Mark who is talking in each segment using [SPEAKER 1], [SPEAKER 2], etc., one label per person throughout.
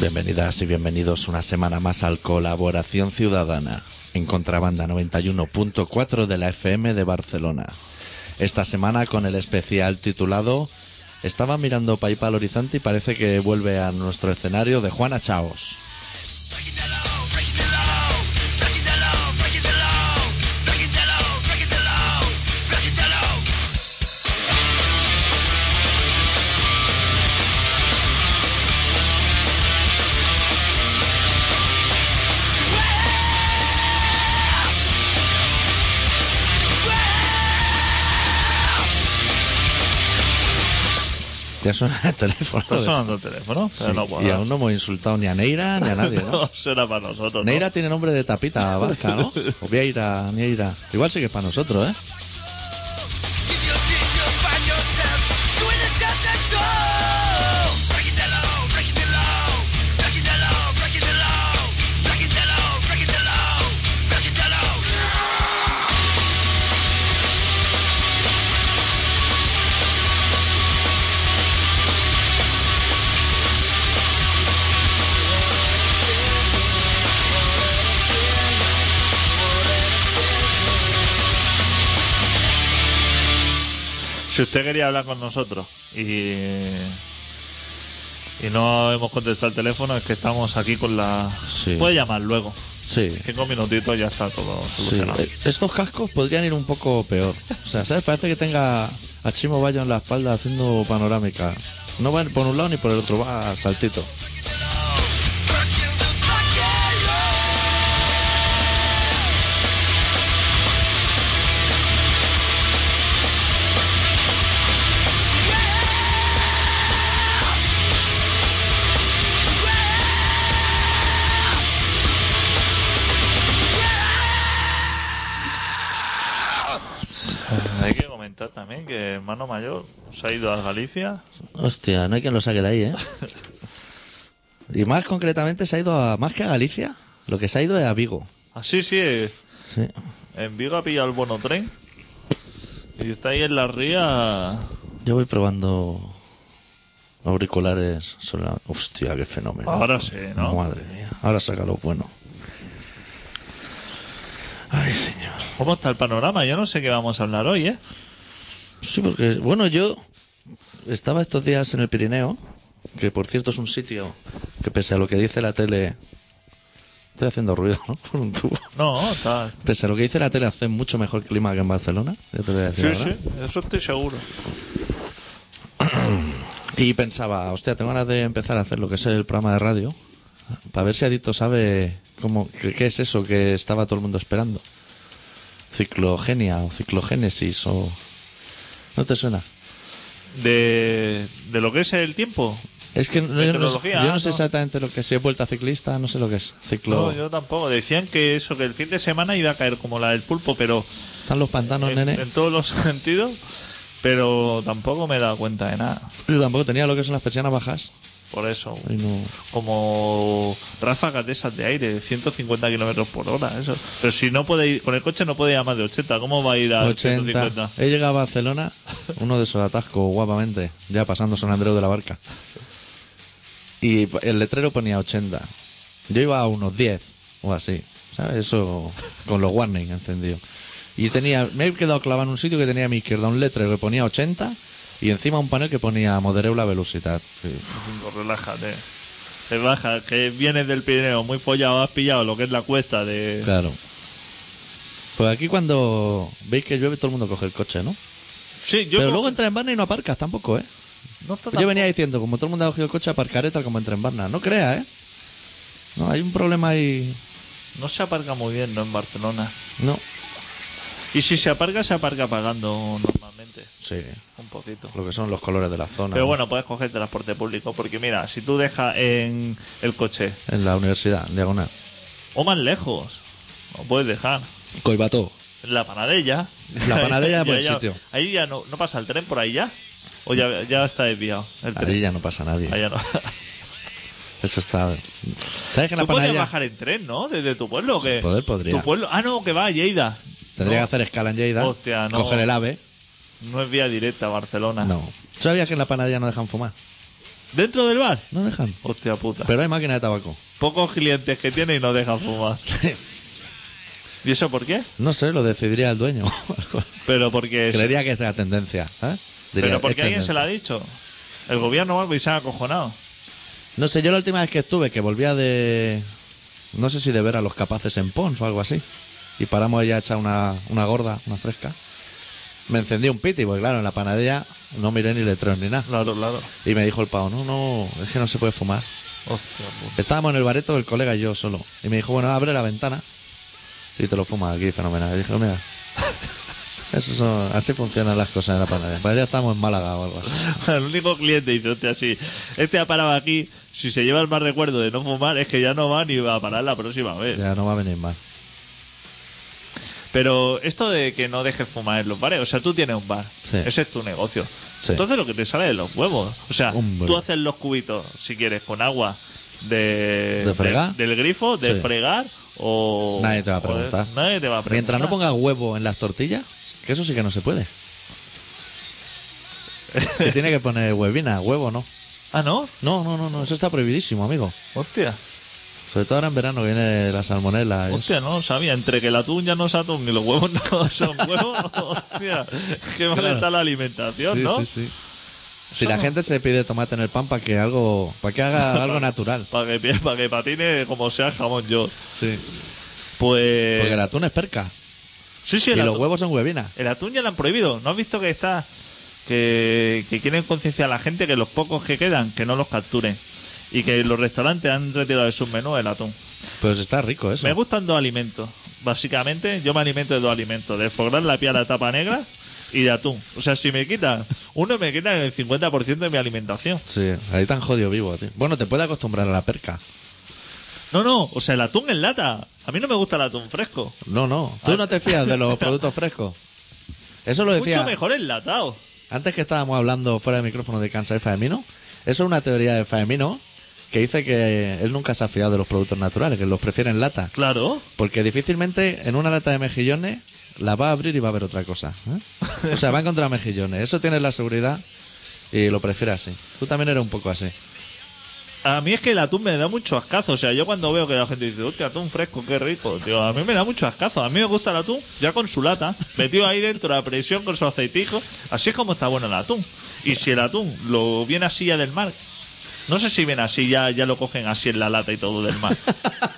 [SPEAKER 1] Bienvenidas y bienvenidos una semana más al Colaboración Ciudadana en Contrabanda 91.4 de la FM de Barcelona. Esta semana con el especial titulado Estaba mirando pa' ahí pa'l horizonte y parece que vuelve a nuestro escenario de Juana Chaos. Ya suena el teléfono.
[SPEAKER 2] Está
[SPEAKER 1] de-
[SPEAKER 2] sonando el teléfono, pero
[SPEAKER 1] Sí,
[SPEAKER 2] no
[SPEAKER 1] y
[SPEAKER 2] puedo.
[SPEAKER 1] aún no hemos insultado ni a Neira ni a nadie, ¿no?
[SPEAKER 2] No será para nosotros. ¿no?
[SPEAKER 1] Neira tiene nombre de tapita vasca, ¿no? O Vieira, Neira. Igual sí que es para nosotros, ¿eh?
[SPEAKER 2] Si usted quería hablar con nosotros y. Y no hemos contestado el teléfono, es que estamos aquí con la.
[SPEAKER 1] Sí.
[SPEAKER 2] Puede llamar luego.
[SPEAKER 1] Sí.
[SPEAKER 2] Cinco minutitos ya está todo
[SPEAKER 1] Sí,
[SPEAKER 2] solucionado.
[SPEAKER 1] eh, estos cascos podrían ir un poco peor. O sea, ¿sabes? Parece que tenga a Chimo Bayo en la espalda haciendo panorámica. No va por un lado ni por el otro, va al saltito.
[SPEAKER 2] Hay que comentar también que hermano mayor se ha ido a Galicia.
[SPEAKER 1] Hostia, no hay quien lo saque de ahí, ¿eh? Y más concretamente se ha ido a, más que a Galicia, lo que se ha ido es a Vigo.
[SPEAKER 2] Ah, sí, sí. eh,
[SPEAKER 1] Sí.
[SPEAKER 2] En Vigo ha pillado el bono tren. Y está ahí en la ría.
[SPEAKER 1] Yo voy probando auriculares sobre la- Hostia, qué fenómeno.
[SPEAKER 2] Ahora sí, ¿no?
[SPEAKER 1] Madre mía, ahora saca lo bueno. Ay, señor.
[SPEAKER 2] ¿Cómo está el panorama? Yo no sé qué vamos a hablar hoy, ¿eh?
[SPEAKER 1] Sí, porque, bueno, yo estaba estos días en el Pirineo, que por cierto es un sitio que pese a lo que dice la tele... Estoy haciendo ruido, ¿no? Por un tubo.
[SPEAKER 2] No, está.
[SPEAKER 1] Pese a lo que dice la tele, hace mucho mejor clima que en Barcelona. ya te lo voy a decir
[SPEAKER 2] Sí,
[SPEAKER 1] ahora.
[SPEAKER 2] sí, eso estoy seguro.
[SPEAKER 1] Y pensaba, hostia, tengo ganas de empezar a hacer lo que es el programa de radio. Para ver si Adicto sabe cómo, qué, qué es eso que estaba todo el mundo esperando. Ciclogenia o ciclogénesis o... ¿No te suena?
[SPEAKER 2] De, de lo que es el tiempo.
[SPEAKER 1] Es que no- yo, no, sé-
[SPEAKER 2] Meteorología,
[SPEAKER 1] yo no sé
[SPEAKER 2] ¿no?
[SPEAKER 1] exactamente lo que es. Si es vuelta ciclista, no sé lo que es. Ciclo...
[SPEAKER 2] No, yo tampoco. Decían que eso, que el fin de semana iba a caer como la del pulpo, pero
[SPEAKER 1] Están los pantanos,
[SPEAKER 2] en,
[SPEAKER 1] nene.
[SPEAKER 2] en todos los sentidos. Pero tampoco me he dado cuenta de nada.
[SPEAKER 1] Yo tampoco tenía lo que son las persianas bajas.
[SPEAKER 2] Por eso.
[SPEAKER 1] Y no...
[SPEAKER 2] Como ráfagas de esas de aire, 150 kilómetros por hora. eso Pero si no puede ir, con el coche no puede ir a más de 80. ¿Cómo va a ir a
[SPEAKER 1] 80.
[SPEAKER 2] 150?
[SPEAKER 1] He llegado a Barcelona, uno de esos atascos guapamente, ya pasando San Andreu de la Barca. Y el letrero ponía 80. Yo iba a unos 10 o así, ¿sabes? Eso con los warnings encendido. Y tenía, me he quedado clavado en un sitio que tenía a mi izquierda un letrero que ponía 80 y encima un panel que ponía modereu la velocidad.
[SPEAKER 2] Relájate. Relaja, que vienes del Pirineo muy follado, has pillado lo que es la cuesta de.
[SPEAKER 1] Claro. Pues aquí cuando veis que llueve todo el mundo coge el coche, ¿no?
[SPEAKER 2] Sí, yo.
[SPEAKER 1] Pero
[SPEAKER 2] no-
[SPEAKER 1] luego entra en Barna y no aparcas tampoco, ¿eh?
[SPEAKER 2] no está
[SPEAKER 1] Yo venía diciendo, como todo el mundo ha cogido el coche, aparcaré tal como entre en Barna. No crea, ¿eh? No, hay un problema ahí.
[SPEAKER 2] No se aparca muy bien, ¿no? En Barcelona.
[SPEAKER 1] No.
[SPEAKER 2] Y si se aparca, se aparca pagando normalmente.
[SPEAKER 1] Sí,
[SPEAKER 2] Un poquito.
[SPEAKER 1] lo que son los colores de la zona.
[SPEAKER 2] Pero
[SPEAKER 1] ¿no?
[SPEAKER 2] bueno, puedes coger transporte público. Porque mira, si tú dejas en el coche
[SPEAKER 1] En la universidad, en diagonal.
[SPEAKER 2] o más lejos, lo puedes dejar.
[SPEAKER 1] Coibato.
[SPEAKER 2] En la panadella.
[SPEAKER 1] La Panadella,
[SPEAKER 2] Ya,
[SPEAKER 1] buen
[SPEAKER 2] ya-
[SPEAKER 1] sitio.
[SPEAKER 2] Ahí ya no, no pasa el tren por ahí ya. O ya, ya está desviado el tren.
[SPEAKER 1] Ahí ya no pasa nadie.
[SPEAKER 2] Ahí ya no.
[SPEAKER 1] Eso está. ¿Sabes que en la
[SPEAKER 2] Tú puedes
[SPEAKER 1] panadilla
[SPEAKER 2] bajar en tren, ¿no? Desde tu pueblo, ¿o qué?
[SPEAKER 1] Poder podría.
[SPEAKER 2] Tu pueblo. Ah, no, que va a Lleida.
[SPEAKER 1] tendría que
[SPEAKER 2] No,
[SPEAKER 1] hacer escala en Lleida?
[SPEAKER 2] Hostia, no. Ah.
[SPEAKER 1] Coger el ave.
[SPEAKER 2] No es vía directa a Barcelona.
[SPEAKER 1] No. ¿Sabías que en la panadilla no dejan fumar?
[SPEAKER 2] ¿Dentro del bar?
[SPEAKER 1] No dejan.
[SPEAKER 2] Hostia puta.
[SPEAKER 1] Pero hay máquina de tabaco.
[SPEAKER 2] Pocos clientes que tiene y no dejan fumar. ¿Y eso por qué?
[SPEAKER 1] No sé, lo decidiría el dueño.
[SPEAKER 2] Pero porque,
[SPEAKER 1] Creería que es la tendencia. ¿sabes? Diría,
[SPEAKER 2] pero
[SPEAKER 1] es
[SPEAKER 2] porque alguien
[SPEAKER 1] tendencia.
[SPEAKER 2] se lo ha dicho. El gobierno o algo y se ha acojonado.
[SPEAKER 1] No sé, yo la última vez que estuve, que volvía de. No sé si de ver a los capaces en Pons o algo así. Y paramos ella a echar una, una gorda, una fresca. Me encendí un piti, porque claro, en la panadería no miré ni letreros ni nada.
[SPEAKER 2] Claro, claro.
[SPEAKER 1] Y me dijo el pavo, no, no, es que no se puede fumar.
[SPEAKER 2] Hostia puta.
[SPEAKER 1] Estábamos en el bareto, el colega y yo solo. Y me dijo, bueno, abre la ventana y te lo fumas aquí, fenomenal. Y dije, mira, eso son- así funcionan las cosas en la panadería. Para ya estamos en Málaga o algo así.
[SPEAKER 2] El único cliente dice, hostia, sí, este ha parado aquí. Si se lleva el mal recuerdo de no fumar, es que ya no va ni va a parar la próxima vez.
[SPEAKER 1] Ya no va a venir más.
[SPEAKER 2] Pero esto de que no dejes fumar en los bares, o sea, tú tienes un bar,
[SPEAKER 1] Sí.
[SPEAKER 2] ese es tu negocio.
[SPEAKER 1] Sí.
[SPEAKER 2] Entonces lo que te sale de los huevos, o sea,
[SPEAKER 1] Hombre.
[SPEAKER 2] tú haces los cubitos, si quieres, con agua de,
[SPEAKER 1] ¿De fregar?
[SPEAKER 2] del grifo, de
[SPEAKER 1] Sí.
[SPEAKER 2] fregar o...
[SPEAKER 1] Nadie te va a
[SPEAKER 2] joder,
[SPEAKER 1] preguntar.
[SPEAKER 2] nadie te va a preguntar.
[SPEAKER 1] Mientras no pongas huevo en las tortillas, que eso sí que no se puede. Que tiene que poner huevina, huevo no.
[SPEAKER 2] Ah, ¿no?
[SPEAKER 1] No, no, no, no, eso está prohibidísimo, amigo.
[SPEAKER 2] Hostia,
[SPEAKER 1] Sobre todo ahora en verano que viene la salmonela. y eso.
[SPEAKER 2] hostia, no lo sabía. Entre que la tuña no es atún y los huevos no son huevos, hostia, qué mal
[SPEAKER 1] Claro.
[SPEAKER 2] está la alimentación,
[SPEAKER 1] Sí,
[SPEAKER 2] ¿no?
[SPEAKER 1] sí, sí. Si la gente se pide tomate en el pan para que algo, para que haga algo natural.
[SPEAKER 2] Para que, pie- pa' que patine como sea el jamón yo.
[SPEAKER 1] Sí.
[SPEAKER 2] Pues...
[SPEAKER 1] Porque el atún es perca.
[SPEAKER 2] Sí, sí,
[SPEAKER 1] Y
[SPEAKER 2] el
[SPEAKER 1] los
[SPEAKER 2] atún-
[SPEAKER 1] huevos son huevinas.
[SPEAKER 2] El atún ya lo han prohibido. ¿No has visto que está que, que quieren concienciar a la gente que los pocos que quedan que no los capturen y que los restaurantes han retirado de sus menús el atún?
[SPEAKER 1] Pero si está rico eso.
[SPEAKER 2] Me gustan dos alimentos. Básicamente, yo me alimento de dos alimentos: de fograr la piel a la tapa negra y de atún. O sea, si me quitan uno, me quitan el 50% de mi alimentación.
[SPEAKER 1] Sí, ahí tan jodido vivo, tío. Bueno, te puede acostumbrar a la perca.
[SPEAKER 2] No, no, o sea, el atún en lata. A mí no me gusta el atún fresco.
[SPEAKER 1] No, no. Tú no te fías de los productos frescos. Eso lo decía.
[SPEAKER 2] Mucho mejor enlatado.
[SPEAKER 1] Antes que estábamos hablando fuera de micrófono de Kansas de Faemino, eso es una teoría de Faemino que dice que él nunca se ha fiado de los productos naturales, que los prefiere en lata.
[SPEAKER 2] Claro.
[SPEAKER 1] Porque difícilmente en una lata de mejillones la va a abrir y va a haber otra cosa. ¿eh? O sea, va a encontrar mejillones. Eso tienes la seguridad y lo prefiere así. Tú también eres un poco así.
[SPEAKER 2] A mí es que el atún me da mucho ascazo. O sea, yo cuando veo que la gente dice, hostia, atún fresco, qué rico. Tío, a mí me da mucho ascazo. A mí me gusta el atún ya con su lata, metido ahí dentro a presión con su aceitijo. Así es como está bueno el atún. Y si el atún lo viene así ya del mar, no sé si viene así, ya, ya lo cogen así en la lata y todo del mar.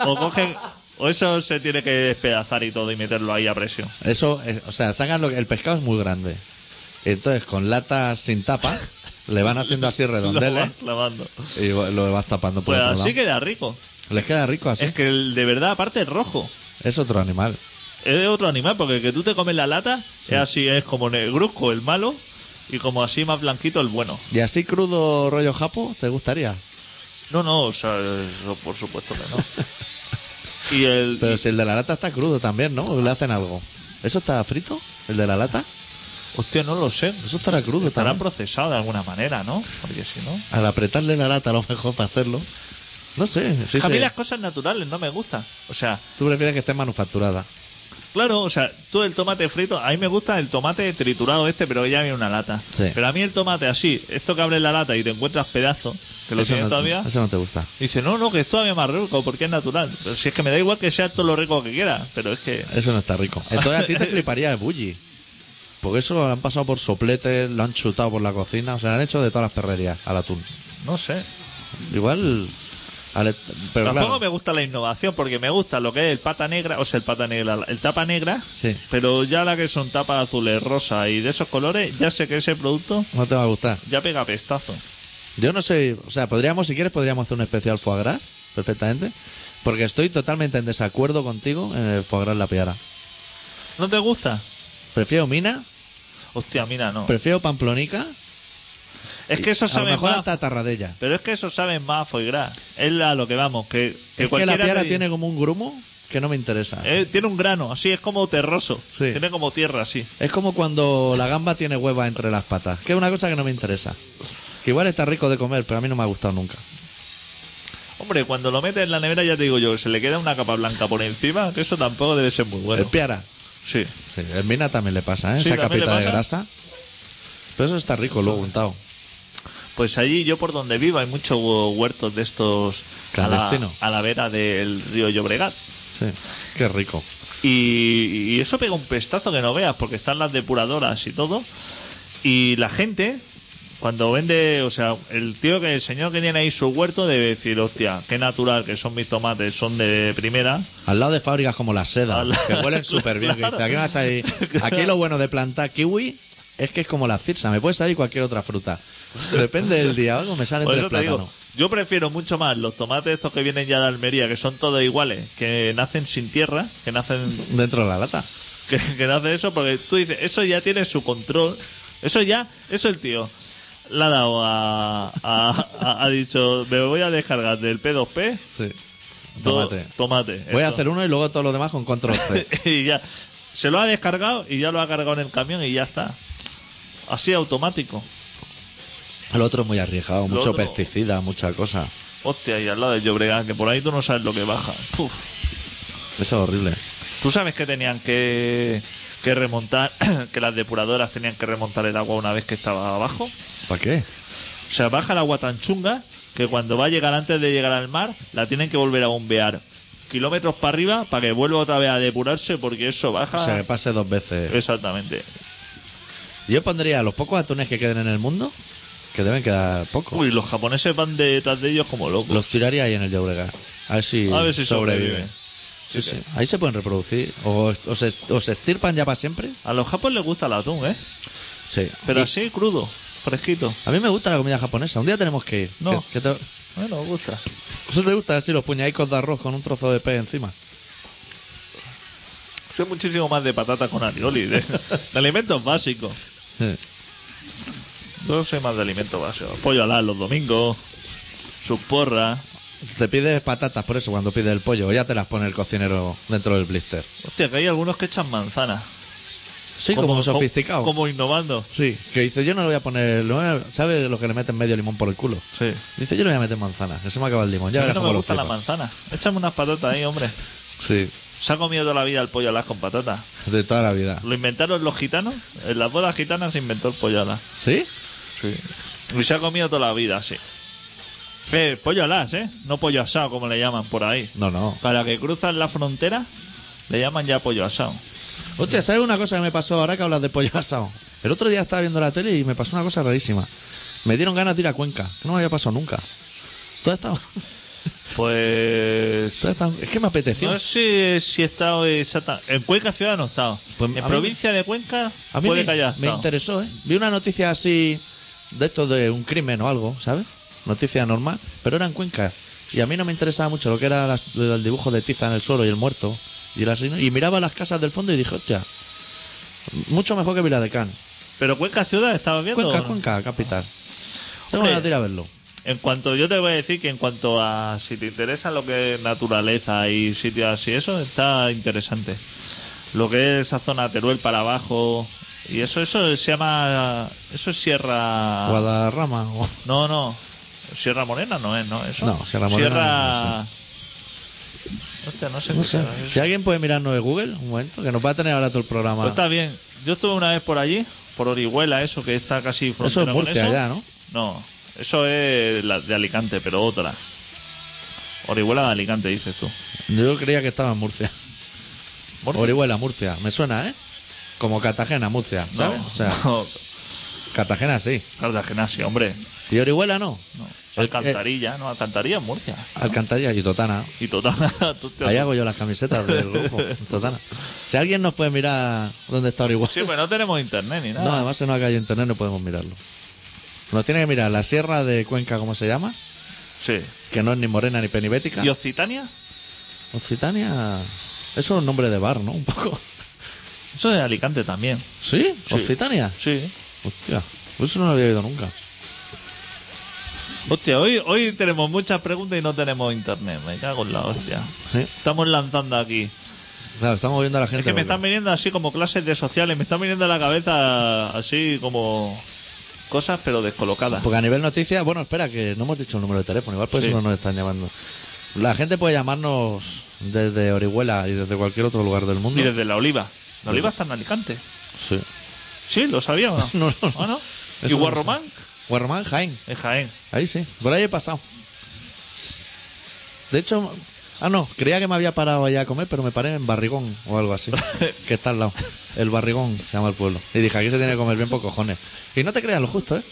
[SPEAKER 2] O cogen. O eso se tiene que despedazar y todo y meterlo ahí a presión.
[SPEAKER 1] Eso, es- o sea, sacan lo que- el pescado es muy grande. Entonces, con latas sin tapa, le van haciendo así
[SPEAKER 2] Lo
[SPEAKER 1] redondeles
[SPEAKER 2] vas clavando.
[SPEAKER 1] y lo vas tapando por
[SPEAKER 2] Pues
[SPEAKER 1] otro
[SPEAKER 2] así
[SPEAKER 1] eh? lado.
[SPEAKER 2] queda rico.
[SPEAKER 1] Les queda rico así.
[SPEAKER 2] Es que Eh. el, de verdad, aparte es rojo.
[SPEAKER 1] Es otro animal.
[SPEAKER 2] Es otro animal, porque el que tú te comes la lata es así, es como negruzco el malo y como así más blanquito el bueno.
[SPEAKER 1] ¿Y así crudo rollo japo te gustaría?
[SPEAKER 2] No, no, o sea, eso por supuesto que no. y el.
[SPEAKER 1] Pero si el de la lata está crudo también, ¿no? Le hacen algo. ¿Eso está frito? ¿El de la lata?
[SPEAKER 2] hostia, no lo sé.
[SPEAKER 1] Eso estará crudo
[SPEAKER 2] Estará
[SPEAKER 1] también.
[SPEAKER 2] procesado de alguna manera, ¿no? Porque si no.
[SPEAKER 1] Al apretarle la lata a lo mejor para hacerlo. No sé. sí
[SPEAKER 2] a mí
[SPEAKER 1] sé.
[SPEAKER 2] las cosas naturales no me gustan. O sea,
[SPEAKER 1] Tú prefieres que esté manufacturada.
[SPEAKER 2] Claro, o sea, tú el tomate frito, a mí me gusta el tomate triturado este, pero ya viene una lata.
[SPEAKER 1] Sí.
[SPEAKER 2] Pero a mí el tomate así, esto que abres la lata y te encuentras pedazos, que lo
[SPEAKER 1] eso,
[SPEAKER 2] tienes
[SPEAKER 1] no,
[SPEAKER 2] todavía,
[SPEAKER 1] eso no te gusta.
[SPEAKER 2] dice, no, no, que es todavía más rico porque es natural. Pero si es que me da igual que sea todo lo rico que quiera, pero es que...
[SPEAKER 1] Eso no está rico. Entonces a ti te fliparía el bully. Porque eso lo han pasado por sopletes, lo han chutado por la cocina. O sea, lo han hecho de todas las perrerías al atún.
[SPEAKER 2] No sé.
[SPEAKER 1] Igual. al- pero
[SPEAKER 2] Tampoco
[SPEAKER 1] claro.
[SPEAKER 2] me gusta la innovación porque me gusta lo que es el pata negra, o sea, el pata negra, el tapa negra,
[SPEAKER 1] Sí.
[SPEAKER 2] pero ya la que son tapas azules, rosa y de esos colores, ya sé que ese producto
[SPEAKER 1] No te va a gustar.
[SPEAKER 2] ya pega pestazo.
[SPEAKER 1] Yo no soy, o sea, podríamos, si quieres, podríamos hacer un especial foie gras, perfectamente, porque estoy totalmente en desacuerdo contigo en el foie gras la piara.
[SPEAKER 2] ¿No te gusta?
[SPEAKER 1] Prefiero mina,
[SPEAKER 2] Hostia, mira, no.
[SPEAKER 1] prefiero pamplonica,
[SPEAKER 2] es que eso
[SPEAKER 1] a lo
[SPEAKER 2] sabe
[SPEAKER 1] mejor
[SPEAKER 2] más-
[SPEAKER 1] hasta tarradella.
[SPEAKER 2] Pero es que eso saben más a Foigras. Es a lo que vamos. Que, que
[SPEAKER 1] Es que
[SPEAKER 2] cualquiera
[SPEAKER 1] la piara
[SPEAKER 2] te-
[SPEAKER 1] tiene como un grumo que no me interesa.
[SPEAKER 2] eh, tiene un grano, así es como terroso.
[SPEAKER 1] Sí.
[SPEAKER 2] Tiene como tierra, así.
[SPEAKER 1] Es como cuando la gamba tiene hueva entre las patas, que es una cosa que no me interesa. Que igual está rico de comer, pero a mí no me ha gustado nunca.
[SPEAKER 2] Hombre, cuando lo metes en la nevera, ya te digo yo, se le queda una capa blanca por encima, que eso tampoco debe ser muy bueno.
[SPEAKER 1] El piara,
[SPEAKER 2] Sí.
[SPEAKER 1] sí, el mina también le pasa, ¿eh?
[SPEAKER 2] Sí,
[SPEAKER 1] esa
[SPEAKER 2] también le
[SPEAKER 1] capita de
[SPEAKER 2] pasa.
[SPEAKER 1] grasa. Pero eso está rico luego untado.
[SPEAKER 2] Pues allí yo por donde vivo hay muchos hu- huertos de estos a la,
[SPEAKER 1] Clandestino.
[SPEAKER 2] a la vera del río Llobregat.
[SPEAKER 1] Sí. Qué rico.
[SPEAKER 2] Y, y eso pega un pestazo que no veas, porque están las depuradoras y todo. Y la gente, cuando vende, o sea, el tío que el señor que tiene ahí su huerto debe decir, hostia, qué natural que son mis tomates, son de primera.
[SPEAKER 1] Al lado de fábricas como la seda,
[SPEAKER 2] Al lado-
[SPEAKER 1] que huelen súper bien. que dice, aquí, me va a salir- aquí lo bueno de plantar kiwi es que es como la cirsa, me puede salir cualquier otra fruta. Depende del día, algo me salen
[SPEAKER 2] Por
[SPEAKER 1] tres
[SPEAKER 2] eso te digo,
[SPEAKER 1] plátanos.
[SPEAKER 2] yo prefiero mucho más los tomates estos que vienen ya de Almería, que son todos iguales, que nacen sin tierra, que nacen
[SPEAKER 1] Dentro de la lata.
[SPEAKER 2] que, que no hace eso porque tú dices, eso ya tiene su control. Eso ya, eso el tío le ha dado a. a- a- ha dicho, me voy a descargar del P2P.
[SPEAKER 1] Sí.
[SPEAKER 2] to-
[SPEAKER 1] Tómate.
[SPEAKER 2] tomate
[SPEAKER 1] Voy a
[SPEAKER 2] esto".
[SPEAKER 1] hacer uno y luego todos los demás con control C.
[SPEAKER 2] y ya. Se lo ha descargado y ya lo ha cargado en el camión y ya está. Así automático.
[SPEAKER 1] El otro es muy arriesgado, mucho
[SPEAKER 2] otro-
[SPEAKER 1] pesticida, mucha cosa.
[SPEAKER 2] Hostia, y al lado del Llobregat, que por ahí tú no sabes lo que baja. Uf.
[SPEAKER 1] Eso es horrible.
[SPEAKER 2] Tú sabes que tenían que, que remontar, que las depuradoras tenían que remontar el agua una vez que estaba abajo.
[SPEAKER 1] ¿Para qué?
[SPEAKER 2] O sea, baja el agua tan chunga que cuando va a llegar antes de llegar al mar, la tienen que volver a bombear kilómetros para arriba para que vuelva otra vez a depurarse porque eso baja.
[SPEAKER 1] O sea, que pase dos veces.
[SPEAKER 2] Exactamente.
[SPEAKER 1] Yo pondría los pocos atunes que queden en el mundo, que deben quedar pocos.
[SPEAKER 2] Uy, los japoneses van detrás de ellos como locos.
[SPEAKER 1] Los tiraría ahí en el Llobregat. A ver si,
[SPEAKER 2] A ver si
[SPEAKER 1] sobrevive.
[SPEAKER 2] sobrevive.
[SPEAKER 1] Sí, sí. Ahí se pueden reproducir. O, o se, o se estirpan ya para siempre.
[SPEAKER 2] A los japoneses les gusta el atún, ¿eh?
[SPEAKER 1] Sí.
[SPEAKER 2] Pero
[SPEAKER 1] Y-
[SPEAKER 2] así, crudo, fresquito.
[SPEAKER 1] a mí me gusta la comida japonesa. Un día tenemos que ir.
[SPEAKER 2] No.
[SPEAKER 1] Que- que te-
[SPEAKER 2] Bueno, me gusta.
[SPEAKER 1] ¿Eso te gusta así los puñadicos de arroz con un trozo de pez encima?
[SPEAKER 2] Soy muchísimo más de patata con alioli, de, de alimentos básicos.
[SPEAKER 1] Sí.
[SPEAKER 2] Yo soy más de alimentos básicos. Pollo alar los domingos, sus porras.
[SPEAKER 1] Te pides patatas por eso cuando pides el pollo. Ya te las pone el cocinero dentro del blister.
[SPEAKER 2] Hostia, que hay algunos que echan manzana.
[SPEAKER 1] Sí, como, sofisticado.
[SPEAKER 2] Como, como innovando.
[SPEAKER 1] Sí, que dice, yo no le voy a poner... lo voy a- ¿Sabes lo que le meten medio limón por el culo?
[SPEAKER 2] Sí.
[SPEAKER 1] Dice, yo le voy a meter manzana, que se me acaba el limón. Ya
[SPEAKER 2] a mí
[SPEAKER 1] verás
[SPEAKER 2] no me
[SPEAKER 1] cómo lo
[SPEAKER 2] gusta la
[SPEAKER 1] flipas".
[SPEAKER 2] manzana. Échame unas patatas ahí, hombre.
[SPEAKER 1] Sí,
[SPEAKER 2] Se ha comido toda la vida el pollo alas con patatas.
[SPEAKER 1] de toda la vida.
[SPEAKER 2] Lo inventaron los gitanos. En las bodas gitanas se inventó el pollo alas.
[SPEAKER 1] ¿Sí?
[SPEAKER 2] Sí. Y se ha comido toda la vida, sí. Eh, pollo alas, ¿eh? No pollo asado, como le llaman por ahí.
[SPEAKER 1] No, no.
[SPEAKER 2] Para que cruzan la frontera, le llaman ya pollo asado.
[SPEAKER 1] Hostia, ¿sabes una cosa que me pasó ahora que hablas de pollo asado? El otro día estaba viendo la tele y me pasó una cosa rarísima. Me dieron ganas de ir a Cuenca, que no me había pasado nunca. Toda esta,
[SPEAKER 2] Pues...
[SPEAKER 1] toda esta- es que me apeteció.
[SPEAKER 2] No sé si he estado exacta... En Cuenca ciudad no he estado.
[SPEAKER 1] Pues a
[SPEAKER 2] en
[SPEAKER 1] mí-
[SPEAKER 2] provincia de Cuenca
[SPEAKER 1] a mí
[SPEAKER 2] puede
[SPEAKER 1] me,
[SPEAKER 2] que haya
[SPEAKER 1] me
[SPEAKER 2] estado.
[SPEAKER 1] interesó, ¿eh? Vi una noticia así de esto de un crimen o algo, ¿sabes? Noticia normal, pero era en Cuenca. Y a mí no me interesaba mucho lo que era las- el dibujo de tiza en el suelo y el muerto. Y, el asesino. y miraba las casas del fondo y dije, hostia, mucho mejor que Viladecán.
[SPEAKER 2] Pero Cuenca ciudad, ¿estabas viendo? o
[SPEAKER 1] Cuenca,
[SPEAKER 2] no?
[SPEAKER 1] Cuenca, capital. Tengo
[SPEAKER 2] Hombre.
[SPEAKER 1] ganas de ir a verlo.
[SPEAKER 2] En cuanto, yo te voy a decir que en cuanto a si te interesa lo que es naturaleza y sitios así, eso está interesante. Lo que es esa zona Teruel para abajo y eso, eso se llama, eso es Sierra.
[SPEAKER 1] Guadarrama o-
[SPEAKER 2] No, no, Sierra Morena no es, ¿no? Eso.
[SPEAKER 1] No, Sierra Morena no
[SPEAKER 2] Sierra. Hostia, no sé.
[SPEAKER 1] No
[SPEAKER 2] qué
[SPEAKER 1] sé.
[SPEAKER 2] será eso.
[SPEAKER 1] Si alguien puede mirarnos de Google, un momento, que nos va a tener ahora todo el
[SPEAKER 2] Pues
[SPEAKER 1] programa.
[SPEAKER 2] está bien. Yo estuve una vez por allí, por Orihuela, eso que está casi frontera con
[SPEAKER 1] Murcia
[SPEAKER 2] eso.
[SPEAKER 1] ya, ¿no?
[SPEAKER 2] No, eso es la de Alicante, pero otra. Orihuela de Alicante, dices tú.
[SPEAKER 1] Yo creía que estaba en Murcia.
[SPEAKER 2] Murcia.
[SPEAKER 1] Orihuela, Murcia. Me suena, ¿eh? Como Cartagena, Murcia,
[SPEAKER 2] No,
[SPEAKER 1] ¿sabes? O sea,
[SPEAKER 2] no,
[SPEAKER 1] Cartagena sí.
[SPEAKER 2] Cartagena sí, hombre.
[SPEAKER 1] Y Orihuela no.
[SPEAKER 2] No.
[SPEAKER 1] El-
[SPEAKER 2] Alcantarilla, no, Alcantarilla en Murcia.
[SPEAKER 1] Alcantarilla y Totana.
[SPEAKER 2] Y total, tú te-
[SPEAKER 1] Ahí hago yo las camisetas del grupo. Totana. Si alguien nos puede mirar dónde está Orihuela.
[SPEAKER 2] Sí, pero no tenemos internet ni
[SPEAKER 1] No,
[SPEAKER 2] nada.
[SPEAKER 1] además se nos ha caído internet, no podemos mirarlo. Nos tiene que mirar la Sierra de Cuenca, ¿cómo se llama?
[SPEAKER 2] Sí.
[SPEAKER 1] Que no es ni morena ni penibética.
[SPEAKER 2] ¿Y Occitania?
[SPEAKER 1] Occitania. Eso es un nombre de bar, ¿no? Un poco.
[SPEAKER 2] Eso es de Alicante también.
[SPEAKER 1] ¿Sí?
[SPEAKER 2] Sí.
[SPEAKER 1] ¿Occitania?
[SPEAKER 2] Sí.
[SPEAKER 1] Hostia, eso no lo había oído nunca.
[SPEAKER 2] Hostia, hoy, hoy tenemos muchas preguntas y no tenemos internet. Me cago en la hostia.
[SPEAKER 1] Sí.
[SPEAKER 2] Estamos lanzando aquí.
[SPEAKER 1] Claro, estamos viendo a la gente.
[SPEAKER 2] Es que me
[SPEAKER 1] loca.
[SPEAKER 2] están viniendo así como clases de sociales, me están viniendo a la cabeza así como cosas pero descolocadas.
[SPEAKER 1] Porque a nivel noticias, bueno, espera, que no hemos dicho el número de teléfono, igual por eso
[SPEAKER 2] Sí.
[SPEAKER 1] no nos están llamando. La gente puede llamarnos desde Orihuela y desde cualquier otro lugar del mundo.
[SPEAKER 2] Y desde la oliva. La oliva está en Alicante.
[SPEAKER 1] Sí.
[SPEAKER 2] Sí, lo sabía o no.
[SPEAKER 1] No, no, no.
[SPEAKER 2] ¿Ah, no?
[SPEAKER 1] Eso
[SPEAKER 2] ¿Y
[SPEAKER 1] no lo
[SPEAKER 2] Guarromán?
[SPEAKER 1] Guarromán, Jaén.
[SPEAKER 2] En Jaén.
[SPEAKER 1] Ahí sí, por ahí he pasado. De hecho, ah, no, creía que me había parado allá a comer, pero me paré en Barrigón o algo así, que está al lado. El Barrigón se llama el pueblo. Y dije, aquí se tiene que comer bien por cojones. Y no te creas lo justo, ¿eh?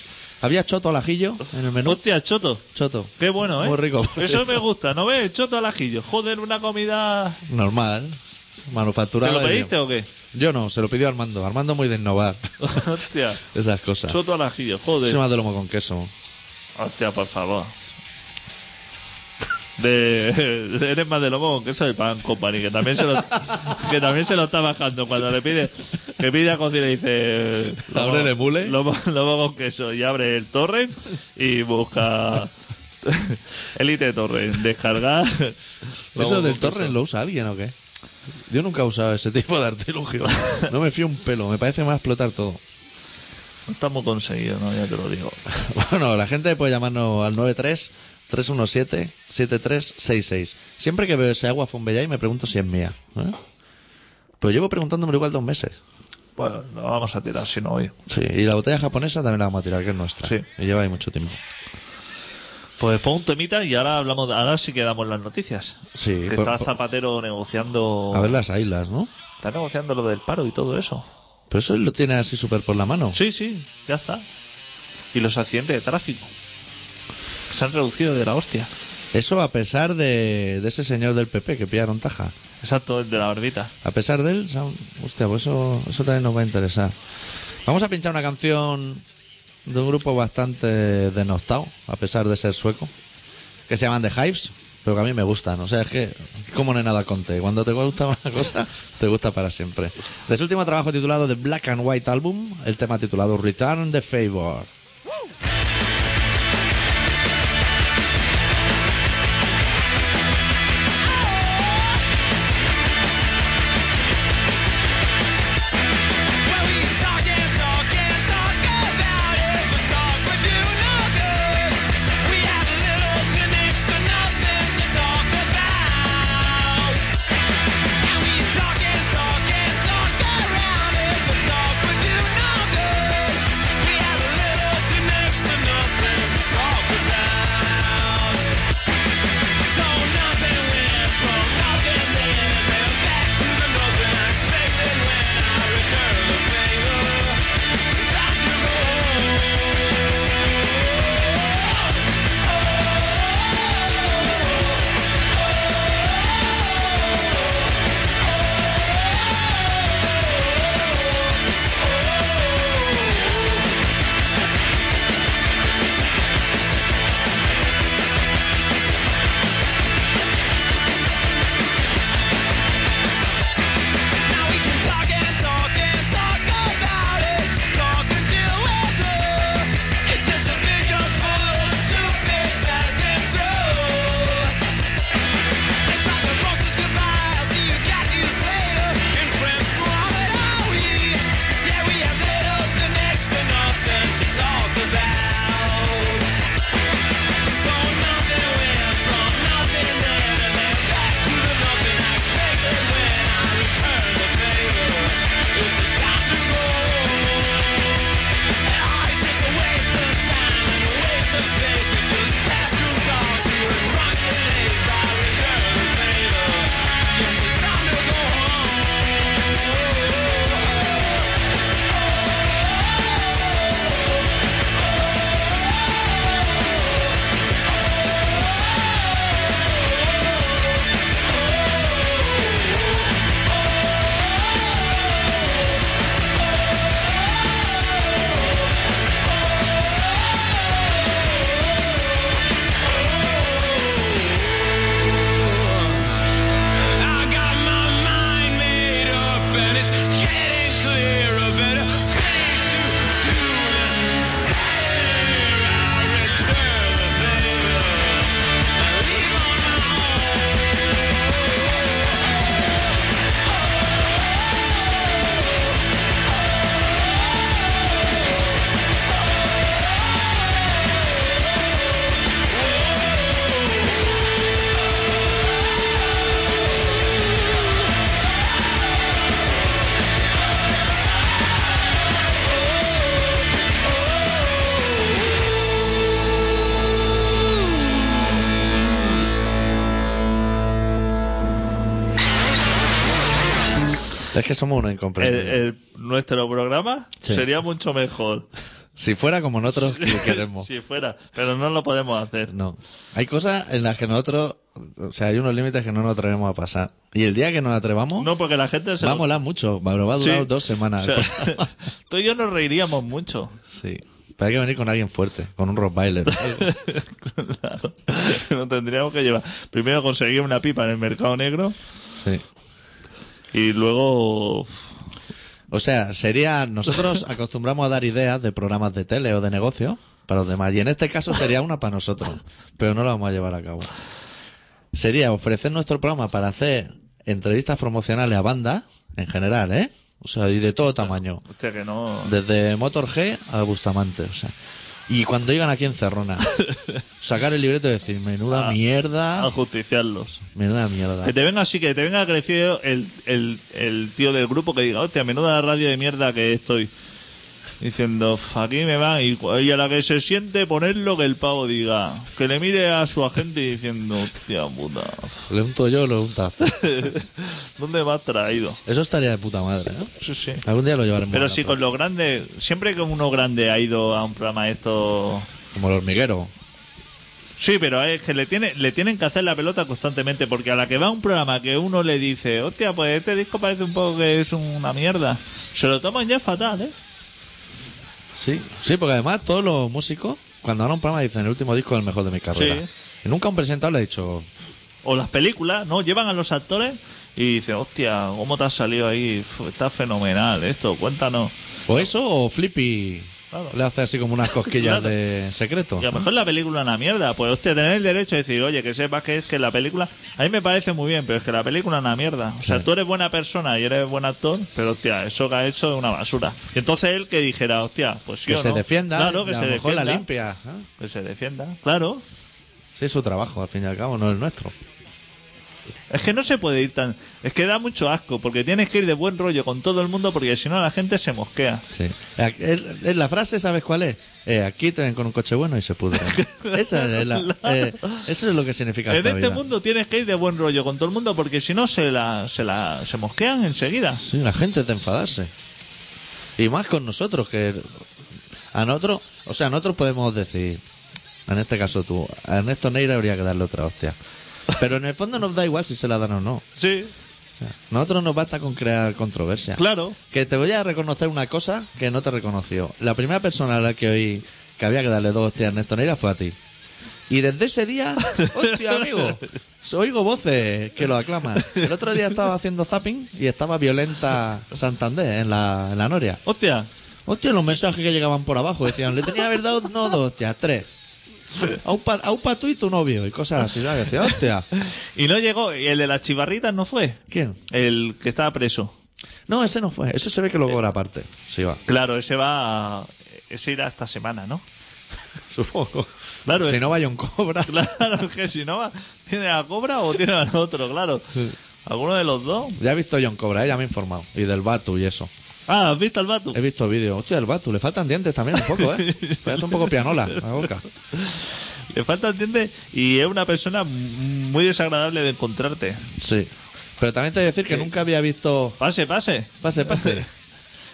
[SPEAKER 1] Había choto al ajillo en el menú.
[SPEAKER 2] Hostia, choto.
[SPEAKER 1] Choto.
[SPEAKER 2] Qué bueno, ¿eh?
[SPEAKER 1] Muy rico. por
[SPEAKER 2] Eso
[SPEAKER 1] cierto.
[SPEAKER 2] me gusta, ¿no ves? Choto al ajillo. Joder, una comida...
[SPEAKER 1] Normal.
[SPEAKER 2] ¿Te
[SPEAKER 1] Manufacturado.
[SPEAKER 2] lo
[SPEAKER 1] y bien.
[SPEAKER 2] pediste o qué?
[SPEAKER 1] Yo no, se lo pidió Armando. Armando muy de innovar.
[SPEAKER 2] Hostia.
[SPEAKER 1] Esas cosas.
[SPEAKER 2] Choto al ajillo,
[SPEAKER 1] Mucho
[SPEAKER 2] joder.
[SPEAKER 1] más de lomo con queso.
[SPEAKER 2] Hostia, por favor. De, eres más de lomo con queso de pan company, que también se lo, que también se lo está bajando cuando le pide, que pide a cocina y dice lomo-
[SPEAKER 1] Ábrele, mule.
[SPEAKER 2] Lomo, lomo con queso y abre el torrent y busca Elite Torrent, descargar. lomo
[SPEAKER 1] ¿Eso
[SPEAKER 2] con
[SPEAKER 1] del
[SPEAKER 2] queso.
[SPEAKER 1] torrent lo usa alguien o qué? Yo nunca he usado ese tipo de artilugio. No me fío un pelo, me parece que me va a explotar todo.
[SPEAKER 2] No está muy conseguido, no, ya te lo digo.
[SPEAKER 1] Bueno, la gente puede llamarnos al 93 317 7366. Siempre que veo ese agua fumbellá y me pregunto si es mía. ¿eh? Pero llevo preguntándomelo igual dos meses.
[SPEAKER 2] Bueno, lo vamos a tirar si no hoy.
[SPEAKER 1] Sí, y la botella japonesa también la vamos a tirar, que es nuestra.
[SPEAKER 2] Sí.
[SPEAKER 1] Y lleva ahí mucho tiempo.
[SPEAKER 2] Pues pon un temita y ahora hablamos, ahora sí que damos las noticias.
[SPEAKER 1] Sí,
[SPEAKER 2] que
[SPEAKER 1] po-
[SPEAKER 2] está
[SPEAKER 1] po-
[SPEAKER 2] Zapatero negociando.
[SPEAKER 1] A ver las islas, ¿no?
[SPEAKER 2] Está negociando lo del paro y todo eso.
[SPEAKER 1] Pero eso lo tiene así súper por la mano.
[SPEAKER 2] Sí, sí, ya está. Y los accidentes de tráfico. Se han reducido de la hostia.
[SPEAKER 1] Eso a pesar de, de ese señor del PP que pillaron taja.
[SPEAKER 2] Exacto, el de la barbita.
[SPEAKER 1] A pesar de él, se han- hostia, pues eso, eso también nos va a interesar. Vamos a pinchar una canción de un grupo bastante denostado, a pesar de ser sueco, que se llaman The Hives, pero que a mí me gustan. O sea, es que, como no hay nada conté, cuando te gusta una cosa, te gusta para siempre. De su último trabajo titulado The Black and White Album, el tema titulado Return the Favor.
[SPEAKER 3] Well, we talk and talk and talk about it, but talk would do no good. We have little to next to nothing to talk about. And we talk and talk and talk around it, but talk would do no good. We have little
[SPEAKER 1] Es que somos unos
[SPEAKER 2] El-
[SPEAKER 1] incomprensibles.
[SPEAKER 2] el- nuestro programa
[SPEAKER 1] Sí.
[SPEAKER 2] sería mucho mejor
[SPEAKER 1] Si fuera como nosotros que queremos.
[SPEAKER 2] si fuera, pero no lo podemos hacer.
[SPEAKER 1] No. Hay cosas en las que nosotros. O sea, hay unos límites que no nos atrevemos a pasar. Y el día que nos atrevamos,
[SPEAKER 2] No, porque la gente se
[SPEAKER 1] va a molar mucho. pero va a durar
[SPEAKER 2] Sí.
[SPEAKER 1] dos semanas.
[SPEAKER 2] O sea, tú y yo nos reiríamos mucho.
[SPEAKER 1] sí. Pero hay que venir con alguien fuerte, con un rock bailer.
[SPEAKER 2] Claro. Nos tendríamos que llevar. Primero conseguir una pipa en el mercado negro
[SPEAKER 1] Sí.
[SPEAKER 2] y luego. uf,
[SPEAKER 1] O sea, sería. Nosotros acostumbramos a dar ideas de programas de tele o de negocio para los demás. Y en este caso sería una para nosotros. Pero no la vamos a llevar a cabo. Sería ofrecer nuestro programa para hacer entrevistas promocionales a bandas, en general, ¿eh? O sea, y de todo tamaño.
[SPEAKER 2] Hostia, que no.
[SPEAKER 1] Desde Motor G a Bustamante, o sea. Y cuando llegan aquí en Cerrona, sacar el libreto y decir, menuda
[SPEAKER 2] A Ah.
[SPEAKER 1] mierda,
[SPEAKER 2] justiciarlos.
[SPEAKER 1] menuda mierda.
[SPEAKER 2] Que te venga así, que te venga crecido el, el, el tío del grupo que diga, hostia, menuda radio de mierda que estoy. Diciendo, "Uf, aquí me va, y, cu- y a la que se siente ponerlo que el pavo diga. Que le mire a su agente diciendo, hostia puta, uf,
[SPEAKER 1] Le unto yo, le untas. tú.
[SPEAKER 2] ¿dónde vas traído?
[SPEAKER 1] Eso estaría de puta madre, ¿no?
[SPEAKER 2] Sí, sí.
[SPEAKER 1] Algún día lo llevaremos. a
[SPEAKER 2] Pero
[SPEAKER 1] la
[SPEAKER 2] si
[SPEAKER 1] pro-
[SPEAKER 2] con los grandes, siempre que uno grande ha ido a un programa de estos
[SPEAKER 1] Como el hormiguero.
[SPEAKER 2] Sí, pero es que le, tiene, le tienen que hacer la pelota constantemente, porque a la que va un programa que uno le dice, hostia, pues este disco parece un poco que es una mierda, se lo toman ya fatal, ¿eh?
[SPEAKER 1] Sí, sí, porque además todos los músicos, cuando van a un programa, dicen el último disco es el mejor de mi carrera.
[SPEAKER 2] Sí.
[SPEAKER 1] Y nunca un presentado le ha dicho,
[SPEAKER 2] O las películas, ¿no? Llevan a los actores y dicen, hostia, ¿cómo te has salido ahí? Fu, Está fenomenal esto, cuéntanos.
[SPEAKER 1] o eso o Flippy.
[SPEAKER 2] Claro.
[SPEAKER 1] Le hace así como unas cosquillas
[SPEAKER 2] Claro.
[SPEAKER 1] de secreto.
[SPEAKER 2] Y a lo mejor la película es una mierda, pues hostia, tenés el derecho a decir, oye, que sepas que es que la película, a mí me parece muy bien, pero es que la película es una mierda. O sea,
[SPEAKER 1] Sí.
[SPEAKER 2] tú eres buena persona y eres buen actor, pero hostia, eso que ha hecho es una basura. Y entonces él que dijera, hostia, pues sí
[SPEAKER 1] Que
[SPEAKER 2] o
[SPEAKER 1] se
[SPEAKER 2] no.
[SPEAKER 1] defienda,
[SPEAKER 2] claro, que
[SPEAKER 1] y a
[SPEAKER 2] se
[SPEAKER 1] lo mejor la
[SPEAKER 2] defienda,
[SPEAKER 1] limpia. ¿eh?
[SPEAKER 2] Que se defienda, claro.
[SPEAKER 1] Sí, es su trabajo, al fin y al cabo, no el nuestro.
[SPEAKER 2] Es que no se puede ir tan. Es que da mucho asco, porque tienes que ir de buen rollo con todo el mundo, porque si no la gente se mosquea.
[SPEAKER 1] Sí. Eh, es- es La frase, ¿sabes cuál es? Eh, aquí te ven con un coche bueno y se pudre. Esa es la- eh, eso es lo que significa
[SPEAKER 2] En
[SPEAKER 1] esta
[SPEAKER 2] este
[SPEAKER 1] vida.
[SPEAKER 2] mundo tienes que ir de buen rollo con todo el mundo, porque si no se la, se la, se mosquean enseguida.
[SPEAKER 1] Sí, la gente es de enfadarse. Y más con nosotros, que a nosotros, o sea, nosotros podemos decir, en este caso tú, a Ernesto Neira habría que darle otra hostia. Pero en el fondo nos da igual si se la dan o no. O
[SPEAKER 2] Sí,
[SPEAKER 1] sea, nosotros nos basta con crear controversia.
[SPEAKER 2] claro.
[SPEAKER 1] Que te voy a reconocer una cosa que no te reconoció. La primera persona a la que oí que había que darle dos hostias a Ernesto Neira fue a ti. Y desde ese día, hostia, amigo, oigo voces que lo aclaman. El otro día estaba haciendo zapping y estaba violenta Santander en la, en la Noria.
[SPEAKER 2] Hostia,
[SPEAKER 1] Hostia, los mensajes que llegaban por abajo decían, le tenía que haber dado no dos hostias, tres. A un, pa, a un pa' tú y tu novio y cosas así, ¿sabes? Decía, hostia,
[SPEAKER 2] Y no llegó, y el de las chivarritas no fue.
[SPEAKER 1] ¿quién?
[SPEAKER 2] El que estaba preso.
[SPEAKER 1] No, ese no fue. Eso se ve que lo cobra aparte. Sí, va.
[SPEAKER 2] Claro, ese va. a- Ese irá esta semana, ¿no?
[SPEAKER 1] Supongo.
[SPEAKER 2] Claro,
[SPEAKER 1] si
[SPEAKER 2] es-
[SPEAKER 1] no vaya un cobra.
[SPEAKER 2] Claro, es que si no va, tiene a Cobra o tiene al otro, claro. ¿Alguno de los dos?
[SPEAKER 1] Ya he visto a John Cobra, ella me ha informado. Y del Batu y eso.
[SPEAKER 2] Ah, ¿has visto al Batu?
[SPEAKER 1] He visto vídeos. Hostia, el Batu, le faltan dientes también un poco, ¿eh? Parece un poco pianola la boca.
[SPEAKER 2] Le falta dientes y es una persona m- muy desagradable de encontrarte.
[SPEAKER 1] Sí. Pero también te he de decir que nunca había visto.
[SPEAKER 2] Pase, pase.
[SPEAKER 1] Pase, pase.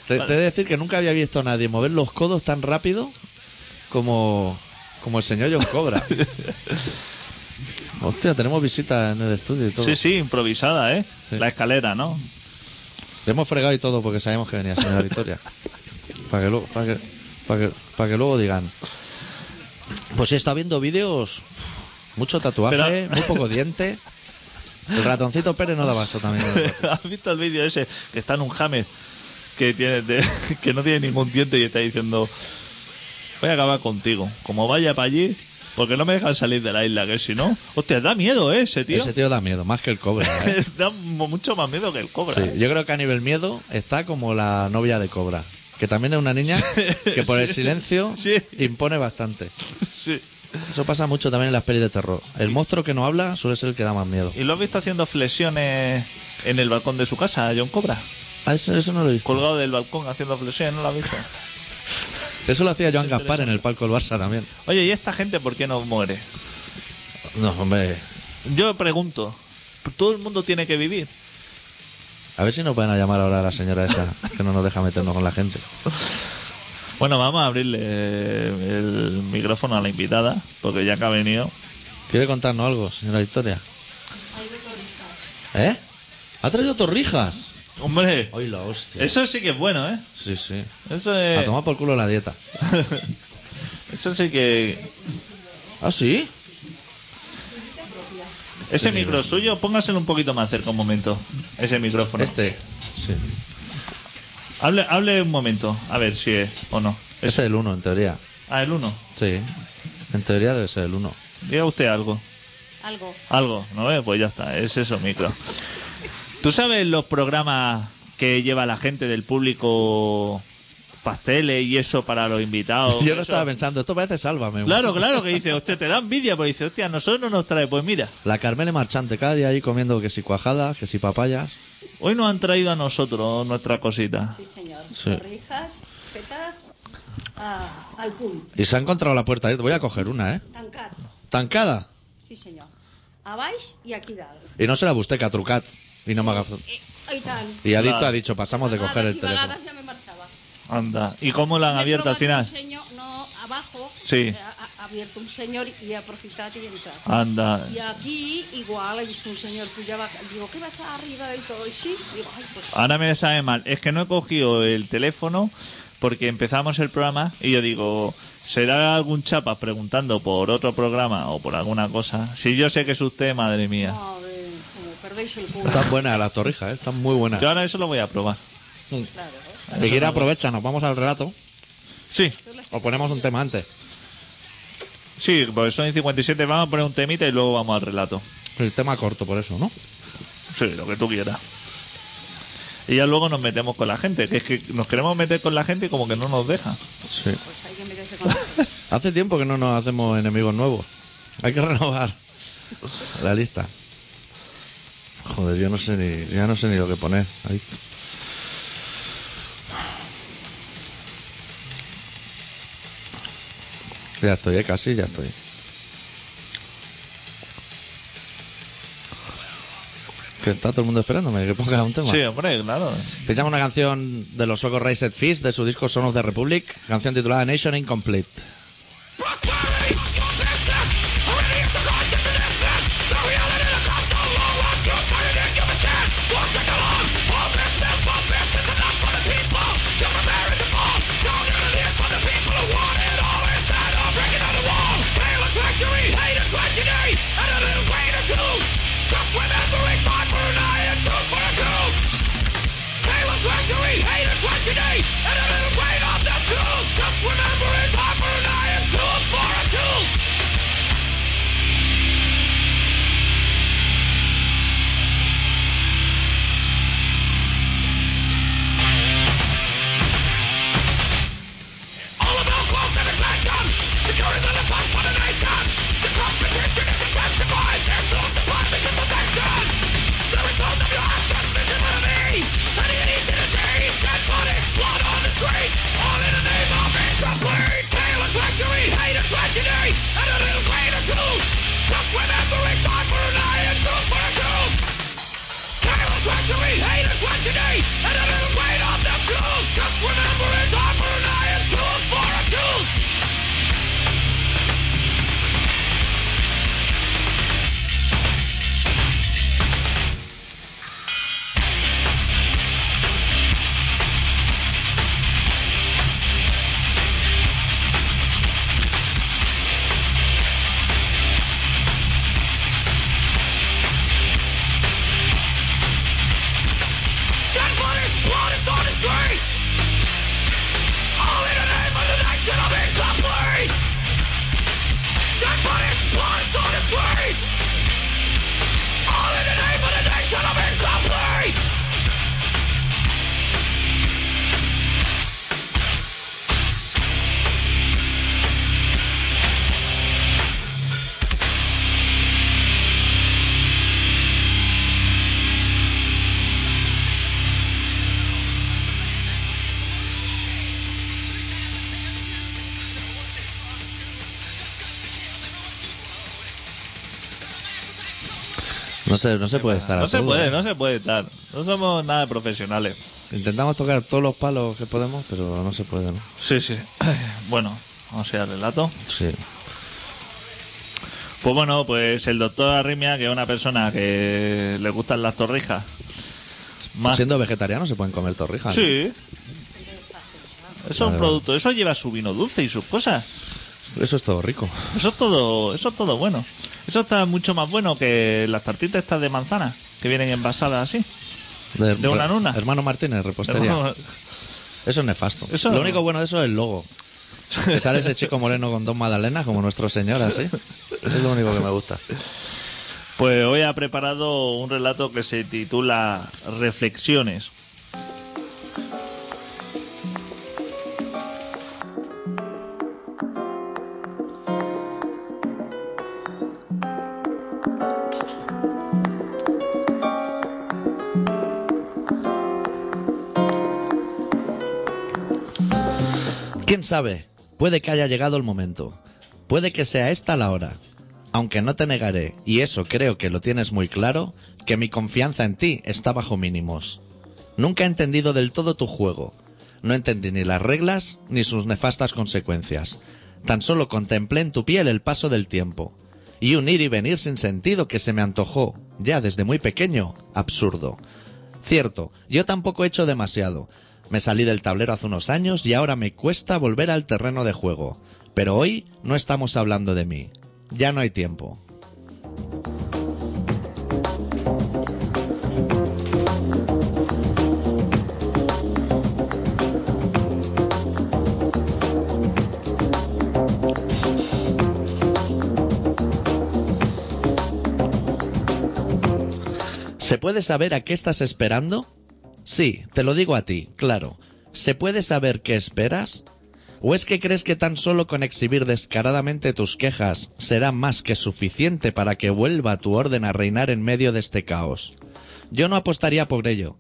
[SPEAKER 1] Te, te he de decir que nunca había visto a nadie mover los codos tan rápido como, como el señor John Cobra. Hostia, tenemos visitas en el estudio y todo.
[SPEAKER 2] Sí, sí, improvisada, ¿eh?
[SPEAKER 1] Sí.
[SPEAKER 2] La escalera, ¿no?
[SPEAKER 1] Le hemos fregado y todo porque sabíamos que venía señora Victoria. Para que, luego- para que, para que, para que luego digan. Pues he estado viendo vídeos, mucho tatuaje,
[SPEAKER 2] Pero-
[SPEAKER 1] muy poco diente. El ratoncito Pérez no da basto también.
[SPEAKER 2] ¿Has visto el vídeo ese que está en un James que tiene de- que no tiene ningún diente y está diciendo voy a acabar contigo, como vaya para allí, porque no me dejan salir de la isla, que si no, hostia, da miedo ¿eh? ese tío.
[SPEAKER 1] Ese tío da miedo, más que el cobra. ¿eh?
[SPEAKER 2] da mu- mucho más miedo que el cobra.
[SPEAKER 1] Sí,
[SPEAKER 2] ¿eh?
[SPEAKER 1] yo creo que a nivel miedo está como la novia de cobra, que también es una niña que por el silencio
[SPEAKER 2] Sí.
[SPEAKER 1] impone bastante.
[SPEAKER 2] Sí.
[SPEAKER 1] Eso pasa mucho también en las pelis de terror. El monstruo que no habla suele ser el que da más miedo.
[SPEAKER 2] ¿Y lo has visto haciendo flexiones en el balcón de su casa, John Cobra?
[SPEAKER 1] Ah, eso, eso no lo he visto.
[SPEAKER 2] Colgado del balcón haciendo flexiones, ¿no lo has visto?
[SPEAKER 1] Eso lo hacía Joan Gaspar en el palco del Barça también.
[SPEAKER 2] Oye, ¿y esta gente por qué no muere?
[SPEAKER 1] No, hombre.
[SPEAKER 2] Yo pregunto, ¿todo el mundo tiene que vivir?
[SPEAKER 1] A ver si nos van a llamar ahora a la señora esa, que no nos deja meternos con la gente.
[SPEAKER 2] Bueno, vamos a abrirle eh, el micrófono a la invitada, porque ya que ha venido.
[SPEAKER 1] ¿Quiere contarnos algo, señora Victoria? ¿Eh? ¿Ha traído torrijas?
[SPEAKER 2] Hombre,
[SPEAKER 1] Hoy la hostia.
[SPEAKER 2] eso sí que es Eh. bueno, ¿eh?
[SPEAKER 1] Sí, sí.
[SPEAKER 2] Eso
[SPEAKER 1] A
[SPEAKER 2] es,
[SPEAKER 1] tomar por culo la dieta.
[SPEAKER 2] eso sí que
[SPEAKER 1] ¿Ah, sí?
[SPEAKER 2] ese micro suyo, póngaselo un poquito más cerca un momento. Ese micrófono.
[SPEAKER 1] Este. Sí.
[SPEAKER 2] Hable, hable un momento, a ver si es o no.
[SPEAKER 1] Ese es el 1, en teoría.
[SPEAKER 2] Ah, el uno.
[SPEAKER 1] Sí. En teoría debe ser el 1.
[SPEAKER 2] Diga usted algo.
[SPEAKER 4] Algo.
[SPEAKER 2] Algo, ¿no ve? Pues ya está, es eso, micro. ¿Tú sabes los programas que lleva la gente del público pasteles y eso para los invitados?
[SPEAKER 1] Yo
[SPEAKER 2] Eso.
[SPEAKER 1] no estaba pensando, esto parece sálvame.
[SPEAKER 2] Claro, claro, que dice, usted te da envidia, pero dice, hostia, a nosotros no nos trae. Pues mira,
[SPEAKER 1] La Carmele Marchante, cada día ahí comiendo que si cuajadas, que si papayas.
[SPEAKER 2] hoy nos han traído a nosotros nuestra cosita.
[SPEAKER 4] Sí, señor.
[SPEAKER 1] Sí.
[SPEAKER 4] Torrijas, fetas, ah, al público.
[SPEAKER 1] Y se ha encontrado la puerta abierta. Voy a coger una, ¿eh?
[SPEAKER 4] Tancat.
[SPEAKER 1] Tancada.
[SPEAKER 4] Sí, señor. A baix i aquí dalt.
[SPEAKER 1] Y no será busteca, trucat. Y no me haga... fr-
[SPEAKER 4] Eh, I tant.
[SPEAKER 1] Y Adicto
[SPEAKER 2] Claro.
[SPEAKER 1] ha dicho, pasamos de coger
[SPEAKER 4] Vegades
[SPEAKER 1] el
[SPEAKER 4] i
[SPEAKER 1] teléfono.
[SPEAKER 4] vegades ja me marxava.
[SPEAKER 2] Anda, ¿y cómo la han
[SPEAKER 4] Me he
[SPEAKER 2] abierto al final?
[SPEAKER 4] trobat Un senyor, no, abajo.
[SPEAKER 2] Sí.
[SPEAKER 4] eh, Ha, ha abierto un senyor i ha aprofitat i ha entrat.
[SPEAKER 2] Anda,
[SPEAKER 4] Y aquí, igual, he visto un señor cuya vaca. Digo, ¿qué vas arriba del todo? Y sí, digo, ay, pues.
[SPEAKER 2] ahora me sabe mal. Es que no he cogido el teléfono porque empezamos el programa y yo digo, ¿será algún chapa preguntando por otro programa o por alguna cosa? Si yo sé que es usted, madre mía.
[SPEAKER 4] No, eh, como perdéis el culo.
[SPEAKER 1] Están buenas las torrijas, ¿eh? están muy buenas. Mm.
[SPEAKER 2] Yo ahora eso lo voy a probar.
[SPEAKER 4] Claro. ¿eh?
[SPEAKER 1] Si quiere aprovecha, nos vamos al relato
[SPEAKER 2] Sí,
[SPEAKER 1] o ponemos un tema antes.
[SPEAKER 2] sí, porque son y 57, vamos a poner un temita y luego vamos al relato.
[SPEAKER 1] El tema corto por eso, ¿no?
[SPEAKER 2] Sí, lo que tú quieras. Y ya luego nos metemos con la gente, que es que nos queremos meter con la gente y como que no nos deja.
[SPEAKER 1] Sí.
[SPEAKER 4] Pues hay que meterse con la gente.
[SPEAKER 1] Hace tiempo que no nos hacemos enemigos nuevos. Hay que renovar la lista. Joder, yo no sé ni, ya no sé ni lo que poner. Ahí. Ya estoy, ¿eh? casi ya estoy. Que está todo el mundo esperándome que ponga un tema.
[SPEAKER 2] Sí, hombre, claro.
[SPEAKER 1] Pinchamos una canción de los suecos Raised Fist de su disco Son of the Republic, canción titulada Nation Incomplete. No se, no se puede estar a
[SPEAKER 2] No se
[SPEAKER 1] todo,
[SPEAKER 2] puede,
[SPEAKER 1] ¿eh? ¿eh?
[SPEAKER 2] ¿eh? no se puede estar. No somos nada profesionales.
[SPEAKER 1] Intentamos tocar todos los palos que podemos, pero no se puede, ¿no?
[SPEAKER 2] Sí, sí. Bueno, vamos a ir al relato.
[SPEAKER 1] Sí.
[SPEAKER 2] Pues bueno, pues el doctor Arrimia, que es una persona que le gustan las torrijas. Más...
[SPEAKER 1] Ah. Siendo vegetarianos se pueden comer torrijas. ¿no?
[SPEAKER 2] Sí. Eso es un
[SPEAKER 1] Vale,
[SPEAKER 2] producto, eso lleva su vino dulce y sus cosas.
[SPEAKER 1] Eso es todo rico.
[SPEAKER 2] Eso es todo, eso es todo bueno. Eso está mucho más bueno que las tartitas estas de manzana, que vienen envasadas así.
[SPEAKER 1] De,
[SPEAKER 2] una en una.
[SPEAKER 1] Hermano Martínez, repostería. Eso es nefasto.
[SPEAKER 2] Eso-
[SPEAKER 1] Lo único bueno de eso es el logo. Que sale ese chico moreno con dos magdalenas como nuestro señor, así. Es lo único que me gusta.
[SPEAKER 2] Pues hoy ha preparado un relato que se titula Reflexiones.
[SPEAKER 1] ¿Quién sabe? Puede que haya llegado el momento. Puede que sea esta la hora. Aunque no te negaré, y eso creo que lo tienes muy claro, que mi confianza en ti está bajo mínimos. Nunca he entendido del todo tu juego. No entendí ni las reglas ni sus nefastas consecuencias. Tan solo contemplé en tu piel el paso del tiempo. Y un ir y venir sin sentido que se me antojó, ya desde muy pequeño, absurdo. Cierto, yo tampoco he hecho demasiado. Me salí del tablero hace unos años y ahora me cuesta volver al terreno de juego. Pero hoy no estamos hablando de mí. Ya no hay tiempo. ¿Se puede saber a qué estás esperando? Sí, te lo digo a ti, claro. ¿Se puede saber qué esperas? ¿O es que crees que tan solo con exhibir descaradamente tus quejas será más que suficiente para que vuelva tu orden a reinar en medio de este caos? Yo no apostaría por ello,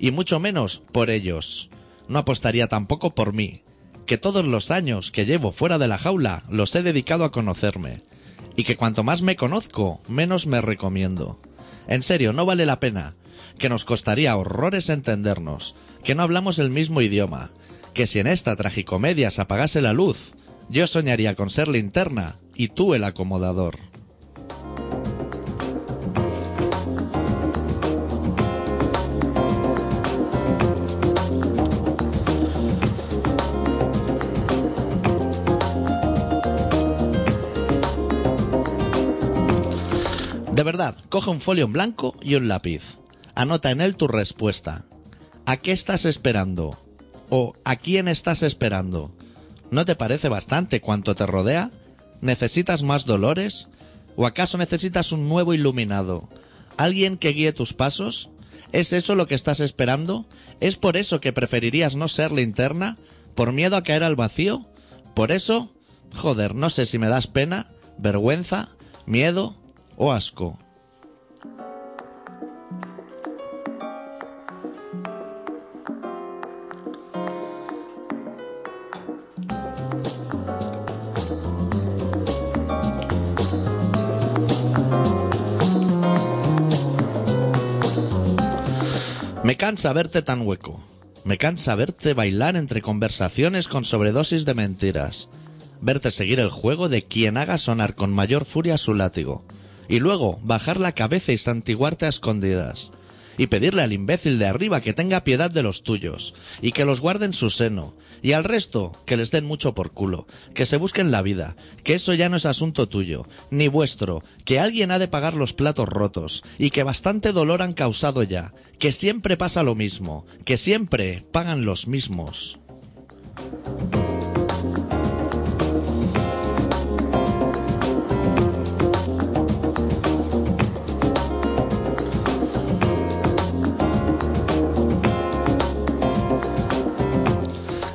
[SPEAKER 1] y mucho menos por ellos. No apostaría tampoco por mí, que todos los años que llevo fuera de la jaula los he dedicado a conocerme, y que cuanto más me conozco, menos me recomiendo. En serio, no vale la pena, que nos costaría horrores entendernos, que no hablamos el mismo idioma, que si en esta tragicomedia se apagase la luz, yo soñaría con ser linterna y tú el acomodador. De verdad, coge un folio en blanco y un lápiz. Anota en él tu respuesta. ¿A qué estás esperando? ¿O a quién estás esperando? ¿No te parece bastante cuanto te rodea? ¿Necesitas más dolores? ¿O acaso necesitas un nuevo iluminado? ¿Alguien que guíe tus pasos? ¿Es eso lo que estás esperando? ¿Es por eso que preferirías no ser linterna? ¿Por miedo a caer al vacío? ¿Por eso? Joder, no sé si me das pena, vergüenza, miedo o asco. Me cansa verte tan hueco. Me cansa verte bailar entre conversaciones con sobredosis de mentiras. Verte seguir el juego de quien haga sonar con mayor furia su látigo. Y luego bajar la cabeza y santiguarte a escondidas. Y pedirle al imbécil de arriba que tenga piedad de los tuyos. Y que los guarde en su seno. Y al resto, que les den mucho por culo. Que se busquen la vida. Que eso ya no es asunto tuyo. Ni vuestro. Que alguien ha de pagar los platos rotos. Y que bastante dolor han causado ya. Que siempre pasa lo mismo. Que siempre pagan los mismos.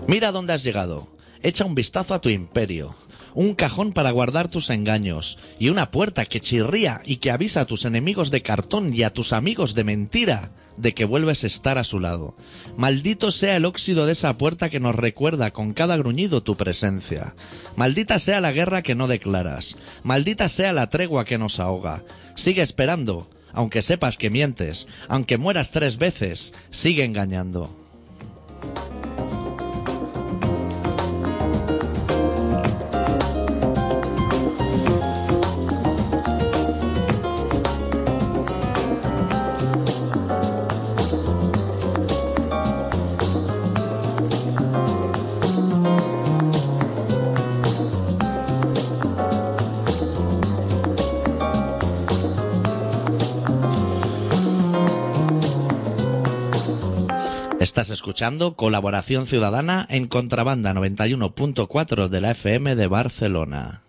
[SPEAKER 1] Mira dónde has llegado. Echa un vistazo a tu imperio. Un cajón para guardar tus engaños y una puerta que chirría y que avisa a tus enemigos de cartón y a tus amigos de mentira de que vuelves a estar a su lado. Maldito sea el óxido de esa puerta que nos recuerda con cada gruñido tu presencia. Maldita sea la guerra que no declaras. Maldita sea la tregua que nos ahoga. Sigue esperando. Aunque sepas que mientes, aunque mueras tres veces, sigue engañando. Estás escuchando Colaboración Ciudadana en Contrabanda 91.4 de la FM de Barcelona.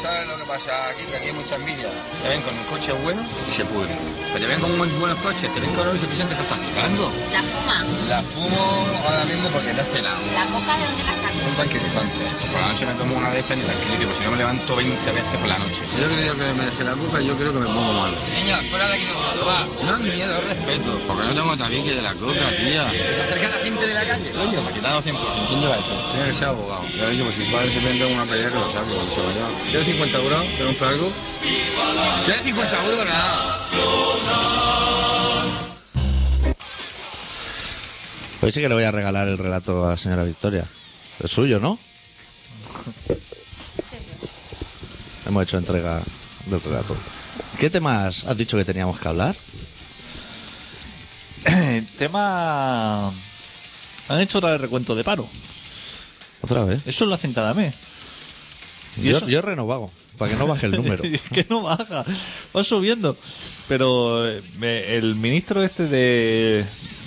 [SPEAKER 5] ¿Sabes lo que pasa aquí? Que aquí hay mucha envidia. Te ven con coches buenos y se pudren. Pero te ven con muy buenos coches, te ven con uno y se piensan que te estás fijando.
[SPEAKER 6] La fuma.
[SPEAKER 5] La fumo ahora mismo porque no he cenado.
[SPEAKER 6] La coca de dónde la sacas.
[SPEAKER 5] Un tranquilizante. Por la noche me tomo una de estas y tranquilítico, si no me levanto 20 veces por la noche. Yo creo que me dejé la culpa y yo creo que me pongo mal. Niña, fuera de aquí, no, va. No es miedo, es respeto. Porque no tengo tabique de la coca, tía. Se acerca la gente de la calle, coño. Para quitar 200. ¿Quién lleva eso? Tiene que ser abogado. Yo le digo, pues si padre se prende una pelea que lo saco, que se lo lleva. ¿Quieres 50 euros? ¿Te compro algo? ¿Quieres 50 euros? Nada.
[SPEAKER 1] Hoy sí que le voy a regalar el relato a la señora Victoria. Es suyo, ¿no? Hemos hecho entrega del relato. ¿Qué temas has dicho que teníamos que hablar?
[SPEAKER 2] Tema. Han hecho otra vez recuento de paro.
[SPEAKER 1] Otra vez.
[SPEAKER 2] Eso lo hacen cada mes. ¿Y
[SPEAKER 1] Yo,
[SPEAKER 2] eso?
[SPEAKER 1] yo he renovado, para que no baje el número.
[SPEAKER 2] Es que no baja, va subiendo. Pero eh, me- el ministro este de,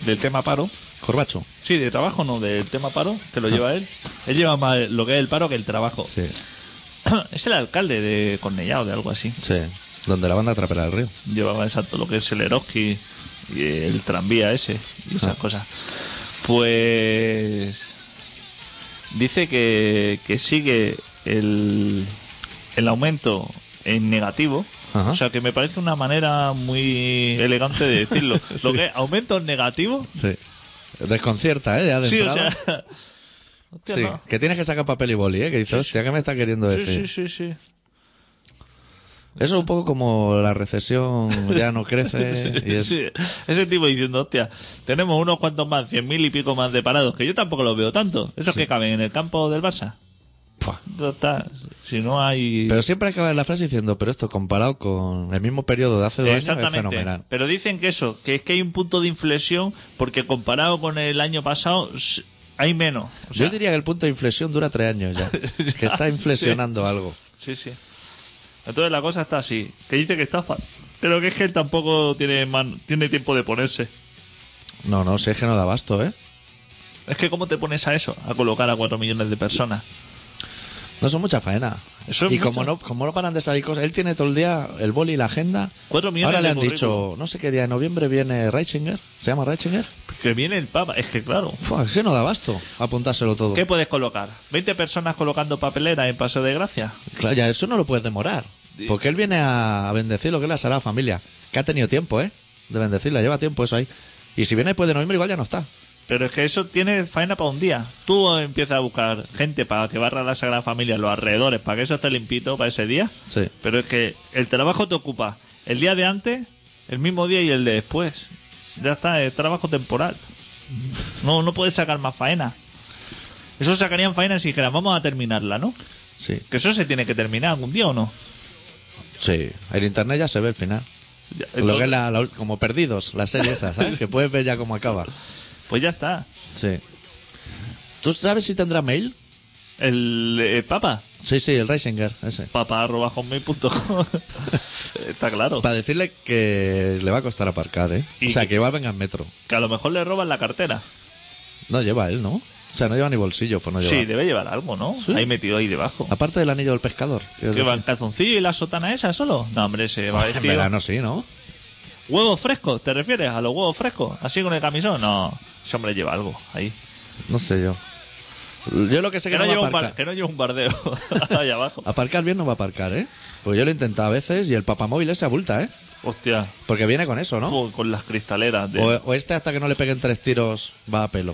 [SPEAKER 2] del tema paro,
[SPEAKER 1] Corbacho.
[SPEAKER 2] sí, de trabajo no, del tema paro, que lo lleva él. Él lleva más lo que es el paro que el trabajo.
[SPEAKER 1] Sí,
[SPEAKER 2] Es el alcalde de Cornellá o de algo así.
[SPEAKER 1] sí. Donde la banda atraperá el río.
[SPEAKER 2] llevaba exacto lo que es el Eroski y el tranvía ese y esas
[SPEAKER 1] Ah.
[SPEAKER 2] cosas. Pues dice que, que sigue el, el aumento en negativo.
[SPEAKER 1] Ajá.
[SPEAKER 2] O sea que me parece una manera muy elegante de decirlo. Lo que es aumento en negativo.
[SPEAKER 1] Sí. Desconcierta, ¿eh? Ya de
[SPEAKER 2] Sí, o
[SPEAKER 1] entrada.
[SPEAKER 2] sea. Hostia,
[SPEAKER 1] Sí,
[SPEAKER 2] no.
[SPEAKER 1] que tienes que sacar papel y boli, ¿eh? Que dices, hostia, ¿qué me está queriendo
[SPEAKER 2] sí,
[SPEAKER 1] decir?
[SPEAKER 2] sí, sí, sí.
[SPEAKER 1] Eso es un poco como la recesión ya no crece y es...
[SPEAKER 2] Sí, ese tipo diciendo, hostia, tenemos unos cuantos más, cien mil y pico más de parados, que yo tampoco los veo tanto. Esos que caben en el campo del Barça.
[SPEAKER 1] Pua.
[SPEAKER 2] No está- si no hay...
[SPEAKER 1] Pero siempre acaba la frase diciendo, pero esto comparado con el mismo periodo de hace dos años es
[SPEAKER 2] Exactamente.
[SPEAKER 1] fenomenal.
[SPEAKER 2] Pero dicen que eso, que es que hay un punto de inflexión porque comparado con el año pasado s- hay menos. O sea,
[SPEAKER 1] Yo diría que el punto de inflexión dura tres años ya. Que está inflexionando algo.
[SPEAKER 2] Sí, sí. Entonces la cosa está así, que dice que está fa- Pero que es que él tampoco tiene, man- tiene tiempo de ponerse.
[SPEAKER 1] No, no, si es que no da abasto, ¿eh?
[SPEAKER 2] Es que ¿cómo te pones a eso? A colocar a cuatro millones de personas.
[SPEAKER 1] No son mucha faena.
[SPEAKER 2] Eso es
[SPEAKER 1] y como
[SPEAKER 2] mucho.
[SPEAKER 1] no, como no paran de salir cosas, él tiene todo el día el boli y la agenda.
[SPEAKER 2] Cuatro millones
[SPEAKER 1] Ahora le
[SPEAKER 2] de
[SPEAKER 1] han dicho, no sé qué día de noviembre viene Reitzinger. ¿Se llama Reitzinger?
[SPEAKER 2] Que viene el Papa, es que claro.
[SPEAKER 1] Fua, es que no da abasto apuntárselo todo.
[SPEAKER 2] ¿Qué puedes colocar? ¿20 personas colocando papelera en Paseo de Gracia?
[SPEAKER 1] Claro, ya eso no lo puedes demorar. Porque él viene a a bendecir lo que es la Sagrada Familia. Que ha tenido tiempo, ¿eh? De bendecirla, lleva tiempo eso ahí. Y si viene después de noviembre, igual ya no está.
[SPEAKER 2] Pero es que eso tiene faena para un día. Tú empiezas a buscar gente para que barra la Sagrada Familia en los alrededores, para que eso esté limpito para ese día.
[SPEAKER 1] Sí.
[SPEAKER 2] Pero es que el trabajo te ocupa el día de antes, el mismo día y el de después. Ya está, es trabajo temporal. No, no puedes sacar más faena. Eso sacarían faena si dijeran, vamos a terminarla, ¿no?
[SPEAKER 1] Sí.
[SPEAKER 2] Que eso se tiene que terminar algún día o no.
[SPEAKER 1] Sí. El internet ya se ve el final.
[SPEAKER 2] Ya,
[SPEAKER 1] Lo
[SPEAKER 2] entonces-
[SPEAKER 1] que es la- la- como perdidos, la serie esa, ¿sabes? que puedes ver ya cómo acaba.
[SPEAKER 2] Pues ya está.
[SPEAKER 1] Sí. ¿Tú sabes si tendrá mail?
[SPEAKER 2] El, eh, Papa,
[SPEAKER 1] Sí, sí, el Reisinger, ese.
[SPEAKER 2] papa.com. Está claro.
[SPEAKER 1] Para decirle que le va a costar aparcar, ¿eh?
[SPEAKER 2] Y-
[SPEAKER 1] O sea, que igual venga en metro.
[SPEAKER 2] Que a lo mejor le roban la cartera.
[SPEAKER 1] No lleva él, ¿no? O sea, no lleva ni bolsillo, pues no lleva.
[SPEAKER 2] Sí, debe llevar algo, ¿no?
[SPEAKER 1] Sí. Ah,
[SPEAKER 2] Ahí metido ahí debajo.
[SPEAKER 1] Aparte del anillo del pescador. quiero
[SPEAKER 2] ¿Qué va
[SPEAKER 1] decir.
[SPEAKER 2] el calzoncillo y la sotana esa solo? No, hombre, se va
[SPEAKER 1] En
[SPEAKER 2] vestido.
[SPEAKER 1] verano sí, ¿no?
[SPEAKER 2] ¿Huevos frescos? ¿Te refieres a los huevos frescos? ¿Así con el camisón? No, ese hombre lleva algo ahí.
[SPEAKER 1] No sé yo. Yo lo que sé
[SPEAKER 2] Que
[SPEAKER 1] que,
[SPEAKER 2] no,
[SPEAKER 1] no
[SPEAKER 2] lleva
[SPEAKER 1] va a
[SPEAKER 2] un, bar-
[SPEAKER 1] aparcar.
[SPEAKER 2] que no lleva un bardeo ahí abajo.
[SPEAKER 1] Aparcar bien no va a aparcar, ¿eh? Pues yo lo he intentado a veces y el papamóvil ese abulta, ¿eh?
[SPEAKER 2] Hostia,
[SPEAKER 1] Porque viene con eso, ¿no?
[SPEAKER 2] o con las cristaleras. De...
[SPEAKER 1] O, o este hasta que no le peguen tres tiros va a pelo.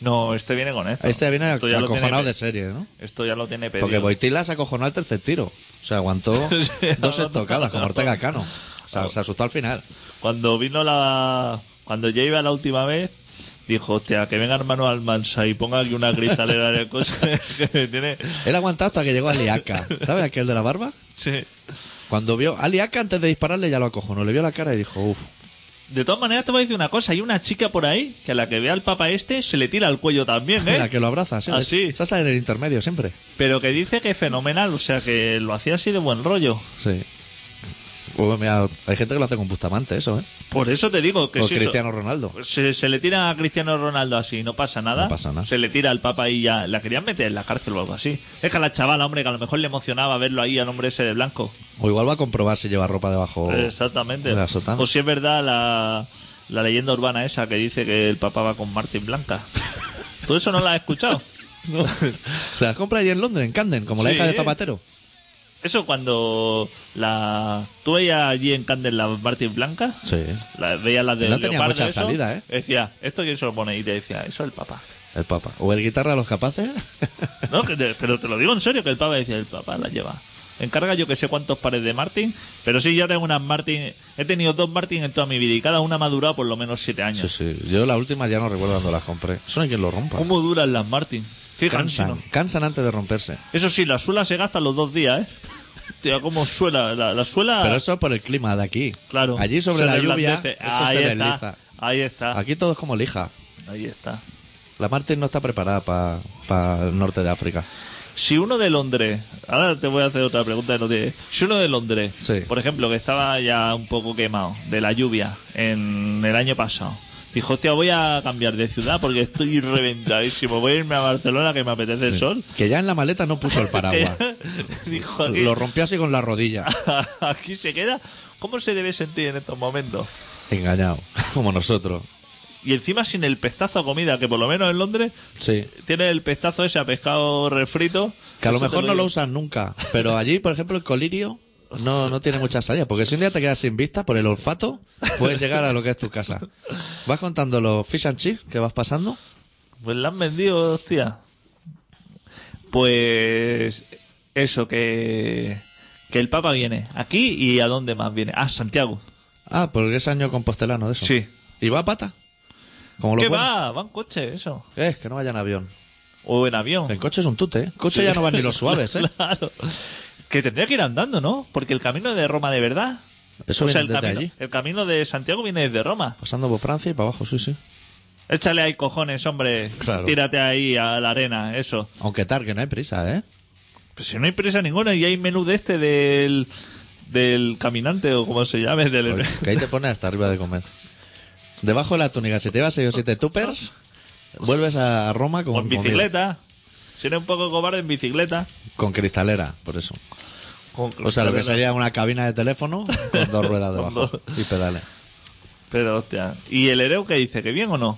[SPEAKER 2] No, este viene con esto.
[SPEAKER 1] Este viene
[SPEAKER 2] Esto ya lo
[SPEAKER 1] acojonado
[SPEAKER 2] tiene-
[SPEAKER 1] de serie, ¿no?
[SPEAKER 2] Esto ya lo tiene pedido.
[SPEAKER 1] Porque Boitila se acojonó al tercer tiro. O sea, aguantó
[SPEAKER 2] Sí,
[SPEAKER 1] dos
[SPEAKER 2] no, no,
[SPEAKER 1] estocadas
[SPEAKER 2] no,
[SPEAKER 1] como
[SPEAKER 2] no.
[SPEAKER 1] Ortega Cano. se, se asustó al final.
[SPEAKER 2] Cuando vino la. Cuando ya iba la última vez, dijo, hostia, que venga hermano Almansa y ponga aquí una cristalera en el coche que me tiene.
[SPEAKER 1] Él aguantó hasta que llegó a Liaca. ¿Sabes aquel de la barba?
[SPEAKER 2] Sí.
[SPEAKER 1] Cuando vio a Liaca antes de dispararle ya lo acojonó. Le vio la cara y dijo, uff.
[SPEAKER 2] ¿Eh? De todas maneras, te voy a decir una cosa: hay una chica por ahí que a la que vea al papa este se le tira al cuello también, ¿eh?
[SPEAKER 1] Mira, que lo abraza. ¿sí?
[SPEAKER 2] Ah, sí.
[SPEAKER 1] Esa sale en el intermedio siempre.
[SPEAKER 2] Pero que dice que es fenomenal, o sea, que lo hacía así de buen rollo.
[SPEAKER 1] Sí. Pues mira, hay gente que lo hace con Bustamante, eso, ¿eh?
[SPEAKER 2] Por eso te digo que
[SPEAKER 1] o
[SPEAKER 2] si eso-
[SPEAKER 1] Pues Cristiano Ronaldo.
[SPEAKER 2] Se, se le tira a Cristiano Ronaldo así, no pasa nada.
[SPEAKER 1] No pasa nada.
[SPEAKER 2] Se le tira al Papa y ya la querían meter en la cárcel o algo así. Deja a la chavala, hombre, que a lo mejor le emocionaba verlo ahí al hombre ese de blanco.
[SPEAKER 1] O igual va a comprobar si lleva ropa debajo.
[SPEAKER 2] Eh, Exactamente. Pues-
[SPEAKER 1] de la sotana.
[SPEAKER 2] O si es verdad la, la leyenda urbana esa que dice que el Papa va con Martín Blanca. ¿Tú eso no la has escuchado?
[SPEAKER 1] Se las compra allí en Londres, en Camden, como la
[SPEAKER 2] Sí.
[SPEAKER 1] hija de Zapatero.
[SPEAKER 2] Eso cuando la tú veías allí en Candel la Martín Blanca.
[SPEAKER 1] Sí.
[SPEAKER 2] La, veías la de
[SPEAKER 1] No tenía
[SPEAKER 2] Leopardo,
[SPEAKER 1] mucha
[SPEAKER 2] eso,
[SPEAKER 1] salida, ¿eh?
[SPEAKER 2] Decía, ¿esto quién se lo pone? Y te decía, eso el Papa.
[SPEAKER 1] El Papa. O el guitarra a los capaces.
[SPEAKER 2] No, que te- pero te lo digo en serio, que el Papa decía, el Papa la lleva. Encarga yo que sé cuántos pares de Martin, pero sí, ya tengo unas Martin. He tenido dos Martin en toda mi vida y cada una me ha durado por lo menos siete años.
[SPEAKER 1] sí, sí. Yo la última ya no recuerdo cuando las compré. Eso no hay quien lo rompa.
[SPEAKER 2] ¿Cómo duran las Martin? Qué
[SPEAKER 1] Cansan.
[SPEAKER 2] cansino.
[SPEAKER 1] Cansan antes de romperse.
[SPEAKER 2] Eso sí, la suela se gasta los dos días, ¿eh? Tío, cómo suela. La, la suela.
[SPEAKER 1] Pero eso por el clima de aquí.
[SPEAKER 2] Ah. claro.
[SPEAKER 1] Allí sobre
[SPEAKER 2] se
[SPEAKER 1] la lluvia,
[SPEAKER 2] deslandece.
[SPEAKER 1] eso
[SPEAKER 2] ahí
[SPEAKER 1] se
[SPEAKER 2] está,
[SPEAKER 1] desliza.
[SPEAKER 2] Ahí está.
[SPEAKER 1] Aquí todo es como lija.
[SPEAKER 2] Ahí está.
[SPEAKER 1] La Martin no está preparada para el norte de África.
[SPEAKER 2] Si uno de Londres, ahora te voy a hacer otra pregunta, que no tiene- si uno de Londres,
[SPEAKER 1] Sí.
[SPEAKER 2] por ejemplo, que estaba ya un poco quemado de la lluvia en el año pasado, dijo, hostia, voy a cambiar de ciudad porque estoy reventadísimo, voy a irme a Barcelona que me apetece el sol.
[SPEAKER 1] Eh, Que ya en la maleta no puso el paraguas.
[SPEAKER 2] Eh, dijo, aquí,
[SPEAKER 1] lo rompió así con la rodilla.
[SPEAKER 2] aquí se queda. ¿Cómo se debe sentir en estos momentos?
[SPEAKER 1] Engañado. Como nosotros.
[SPEAKER 2] Y encima sin el pestazo a comida, que por lo menos en Londres
[SPEAKER 1] Sí.
[SPEAKER 2] tiene el pestazo ese a pescado refrito.
[SPEAKER 1] Que a lo
[SPEAKER 2] Eso te
[SPEAKER 1] mejor no lo
[SPEAKER 2] digo.
[SPEAKER 1] usan nunca, pero allí, por ejemplo, el colirio no, no tiene mucha salida, porque si un día te quedas sin vista por el olfato, puedes llegar a lo que es tu casa. Vas contando los fish and chips que vas pasando,
[SPEAKER 2] Pues la han vendido, hostia. Pues eso, que, que el Papa viene aquí y a dónde más viene. Ah, Santiago.
[SPEAKER 1] ah, porque es año compostelano de eso.
[SPEAKER 2] Sí.
[SPEAKER 1] ¿Y va a pata? Como lo
[SPEAKER 2] ¿Qué
[SPEAKER 1] bueno.
[SPEAKER 2] va? Va en coche, eso.
[SPEAKER 1] ¿Qué es? Que no vaya en avión.
[SPEAKER 2] O en avión.
[SPEAKER 1] El coche es un tute, ¿eh? El coche ya no van ni los suaves, ¿eh?
[SPEAKER 2] Oh. Claro. Que tendría que ir andando, ¿no? Porque el camino de Roma de verdad.
[SPEAKER 1] Eso
[SPEAKER 2] o sea, el
[SPEAKER 1] viene desde
[SPEAKER 2] camino,
[SPEAKER 1] allí.
[SPEAKER 2] el camino de Santiago viene desde Roma.
[SPEAKER 1] Pasando por Francia y para abajo, sí, sí.
[SPEAKER 2] Échale ahí cojones, hombre.
[SPEAKER 1] Claro.
[SPEAKER 2] Tírate ahí a la arena, eso.
[SPEAKER 1] Aunque tal, que no hay prisa, ¿eh?
[SPEAKER 2] Pues si no hay prisa ninguna y hay menú de este del, del caminante o como se llame. Del,
[SPEAKER 1] Oye, Que ahí te pone hasta arriba de comer. Debajo de la túnica, si te vas seis o siete tuppers, vuelves a Roma con
[SPEAKER 2] O en
[SPEAKER 1] comida.
[SPEAKER 2] bicicleta. Si eres un poco cobarde en bicicleta.
[SPEAKER 1] Con cristalera, por eso.
[SPEAKER 2] Con-
[SPEAKER 1] O sea, lo que sería una cabina de teléfono con dos ruedas debajo
[SPEAKER 2] Con
[SPEAKER 1] y pedales.
[SPEAKER 2] Pero hostia. ¿Y el Ereu qué dice? ¿Que bien o no?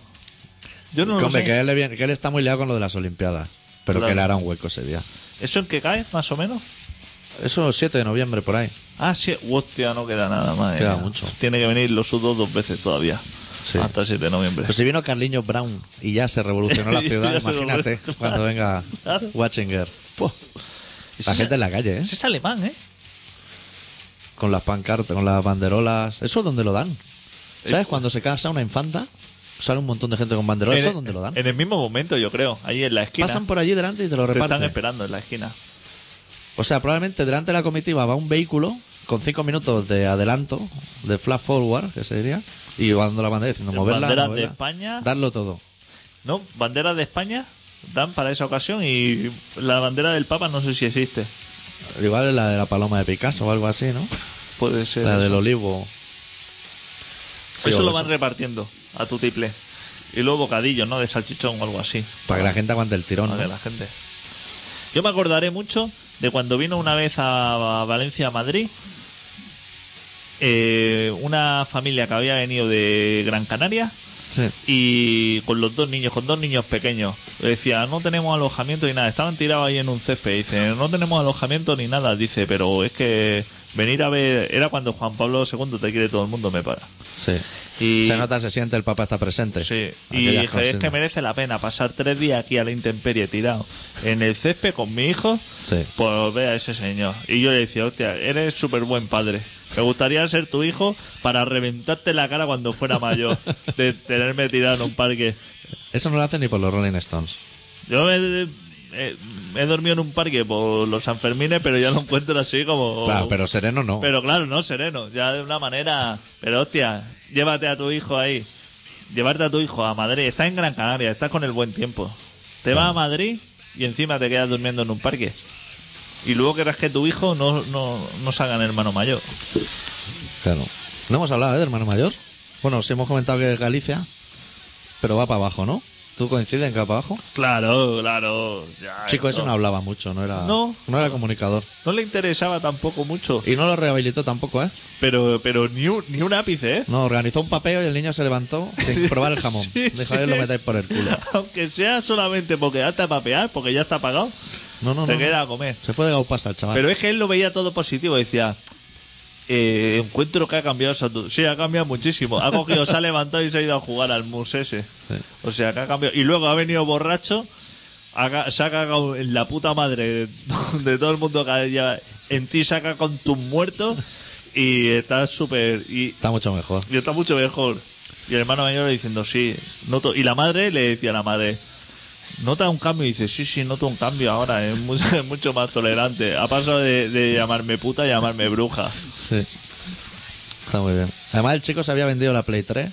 [SPEAKER 2] Yo no lo
[SPEAKER 1] Come,
[SPEAKER 2] sé.
[SPEAKER 1] que, él, le viene- que él está muy liado con lo de las Olimpiadas, pero
[SPEAKER 2] Claro.
[SPEAKER 1] que le hará un hueco ese día.
[SPEAKER 2] ¿Eso en qué cae, más o menos?
[SPEAKER 1] Eso 7 de noviembre por ahí.
[SPEAKER 2] Ah, sí. Hostia, no queda nada, madre.
[SPEAKER 1] Queda
[SPEAKER 2] mía.
[SPEAKER 1] mucho.
[SPEAKER 2] Tiene que venir los sudos dos veces todavía.
[SPEAKER 1] Sí.
[SPEAKER 2] Hasta el 7 de noviembre.
[SPEAKER 1] Pero Pues si vino Carliño Brown y ya se revolucionó la ciudad,
[SPEAKER 2] Ya se
[SPEAKER 1] imagínate
[SPEAKER 2] revolucionó.
[SPEAKER 1] cuando venga
[SPEAKER 2] Claro.
[SPEAKER 1] Watchinger. Puh,
[SPEAKER 2] Ese
[SPEAKER 1] La
[SPEAKER 2] es-
[SPEAKER 1] gente en la calle, ¿eh?
[SPEAKER 2] Ese es alemán, ¿eh?
[SPEAKER 1] Con las pancartas, con las banderolas. ¿Eso dónde lo dan? ¿Sabes? Cuando se casa una infanta, sale un montón de gente con banderolas. ¿Eso
[SPEAKER 2] Eh, En-
[SPEAKER 1] dónde lo dan?
[SPEAKER 2] En el mismo momento, yo creo. Ahí en la esquina.
[SPEAKER 1] Pasan por allí delante y te lo
[SPEAKER 2] Te están
[SPEAKER 1] reparten.
[SPEAKER 2] esperando en la esquina.
[SPEAKER 1] O sea, probablemente delante de la comitiva va un vehículo con cinco minutos de adelanto, de flash forward, que se diría, y va dando la bandera diciendo
[SPEAKER 2] De
[SPEAKER 1] moverla,
[SPEAKER 2] banderas de
[SPEAKER 1] moverla,
[SPEAKER 2] España.
[SPEAKER 1] darlo todo.
[SPEAKER 2] ¿No? Bandera de España dan para esa ocasión y la bandera del Papa no sé si existe.
[SPEAKER 1] Igual es la de la paloma de Picasso o algo así, ¿no?
[SPEAKER 2] Puede ser.
[SPEAKER 1] La
[SPEAKER 2] eso.
[SPEAKER 1] del olivo. Sí,
[SPEAKER 2] eso
[SPEAKER 1] o
[SPEAKER 2] lo
[SPEAKER 1] eso.
[SPEAKER 2] van repartiendo a tu tiple. Y luego bocadillos, ¿no? De salchichón o algo así.
[SPEAKER 1] Para que la gente aguante el tirón.
[SPEAKER 2] Para que
[SPEAKER 1] ¿no?
[SPEAKER 2] la gente. Yo me acordaré mucho de cuando vino una vez a, a Valencia, a Madrid, eh, una familia que había venido de Gran Canaria
[SPEAKER 1] Sí.
[SPEAKER 2] y con los dos niños, con dos niños pequeños. Decía, no tenemos alojamiento ni nada. Estaban tirados ahí en un césped. Dice, no tenemos alojamiento ni nada. Dice, pero es que venir a ver. Era cuando Juan Pablo II te quiere todo el mundo, me para.
[SPEAKER 1] sí.
[SPEAKER 2] Y-
[SPEAKER 1] Se nota, se siente, el Papa está presente.
[SPEAKER 2] Sí, y
[SPEAKER 1] Aquellas
[SPEAKER 2] dije, es
[SPEAKER 1] consignas.
[SPEAKER 2] que merece la pena pasar tres días aquí a la intemperie tirado en el césped con mi hijo
[SPEAKER 1] Sí.
[SPEAKER 2] por ver a ese señor. Y yo le decía, hostia, eres súper buen padre. Me gustaría ser tu hijo para reventarte la cara cuando fuera mayor, de tenerme tirado en un parque.
[SPEAKER 1] Eso no lo hacen ni por los Rolling Stones.
[SPEAKER 2] Yo me, eh, me he dormido en un parque por los Sanfermines, pero ya lo encuentro así como...
[SPEAKER 1] Claro, pero sereno no.
[SPEAKER 2] Oh. Pero claro, no, sereno. Ya de una manera. Pero hostia, llévate a tu hijo ahí. Llevarte a tu hijo a Madrid. Estás en Gran Canaria, estás con el buen tiempo. Te vas a Madrid y encima te quedas durmiendo en un parque. Y luego querrás que tu hijo no, no, no salga en hermano mayor.
[SPEAKER 1] Claro. No hemos hablado ¿eh, de hermano mayor. Bueno, sí hemos comentado que es Galicia, pero va para abajo, ¿no? ¿Tú coincides en que va para abajo?
[SPEAKER 2] Claro, claro. ya,
[SPEAKER 1] Chico, ese
[SPEAKER 2] esto-
[SPEAKER 1] no hablaba mucho, no era,
[SPEAKER 2] No.
[SPEAKER 1] era comunicador.
[SPEAKER 2] No le interesaba tampoco mucho.
[SPEAKER 1] Y no lo rehabilitó tampoco, ¿eh?
[SPEAKER 2] Pero, pero ni, un, ni un ápice, ¿eh?
[SPEAKER 1] No, organizó un papeo y el niño se levantó sin probar el jamón.
[SPEAKER 2] Sí,
[SPEAKER 1] Dejaré
[SPEAKER 2] sí.
[SPEAKER 1] lo metáis por el culo.
[SPEAKER 2] Aunque sea solamente porque ya está papear, porque ya está pagado,
[SPEAKER 1] No, no,
[SPEAKER 2] te
[SPEAKER 1] no.
[SPEAKER 2] queda a comer.
[SPEAKER 1] Se fue de gaupasa el chaval.
[SPEAKER 2] Pero es que él lo veía todo positivo, decía. eh, encuentro que ha cambiado Santur. Sí, ha cambiado muchísimo. Ha cogido, se ha levantado y se ha ido a jugar al mus ese. O sea, que ha cambiado. Y luego ha venido borracho, ha ca- se ha cagado en la puta madre de, de todo el mundo que haya- en ti, se ha cagado con tus muertos y está súper. Y,
[SPEAKER 1] Está mucho mejor.
[SPEAKER 2] y está mucho mejor. Y el hermano mayor diciendo, sí, noto. Y la madre le decía a la madre, nota un cambio. Y dice, sí, sí, noto un cambio ahora. Es mucho, es mucho más tolerante. Ha pasado de, de llamarme puta a llamarme bruja.
[SPEAKER 1] Sí. Está muy bien. Además, el chico se había vendido la Play 3.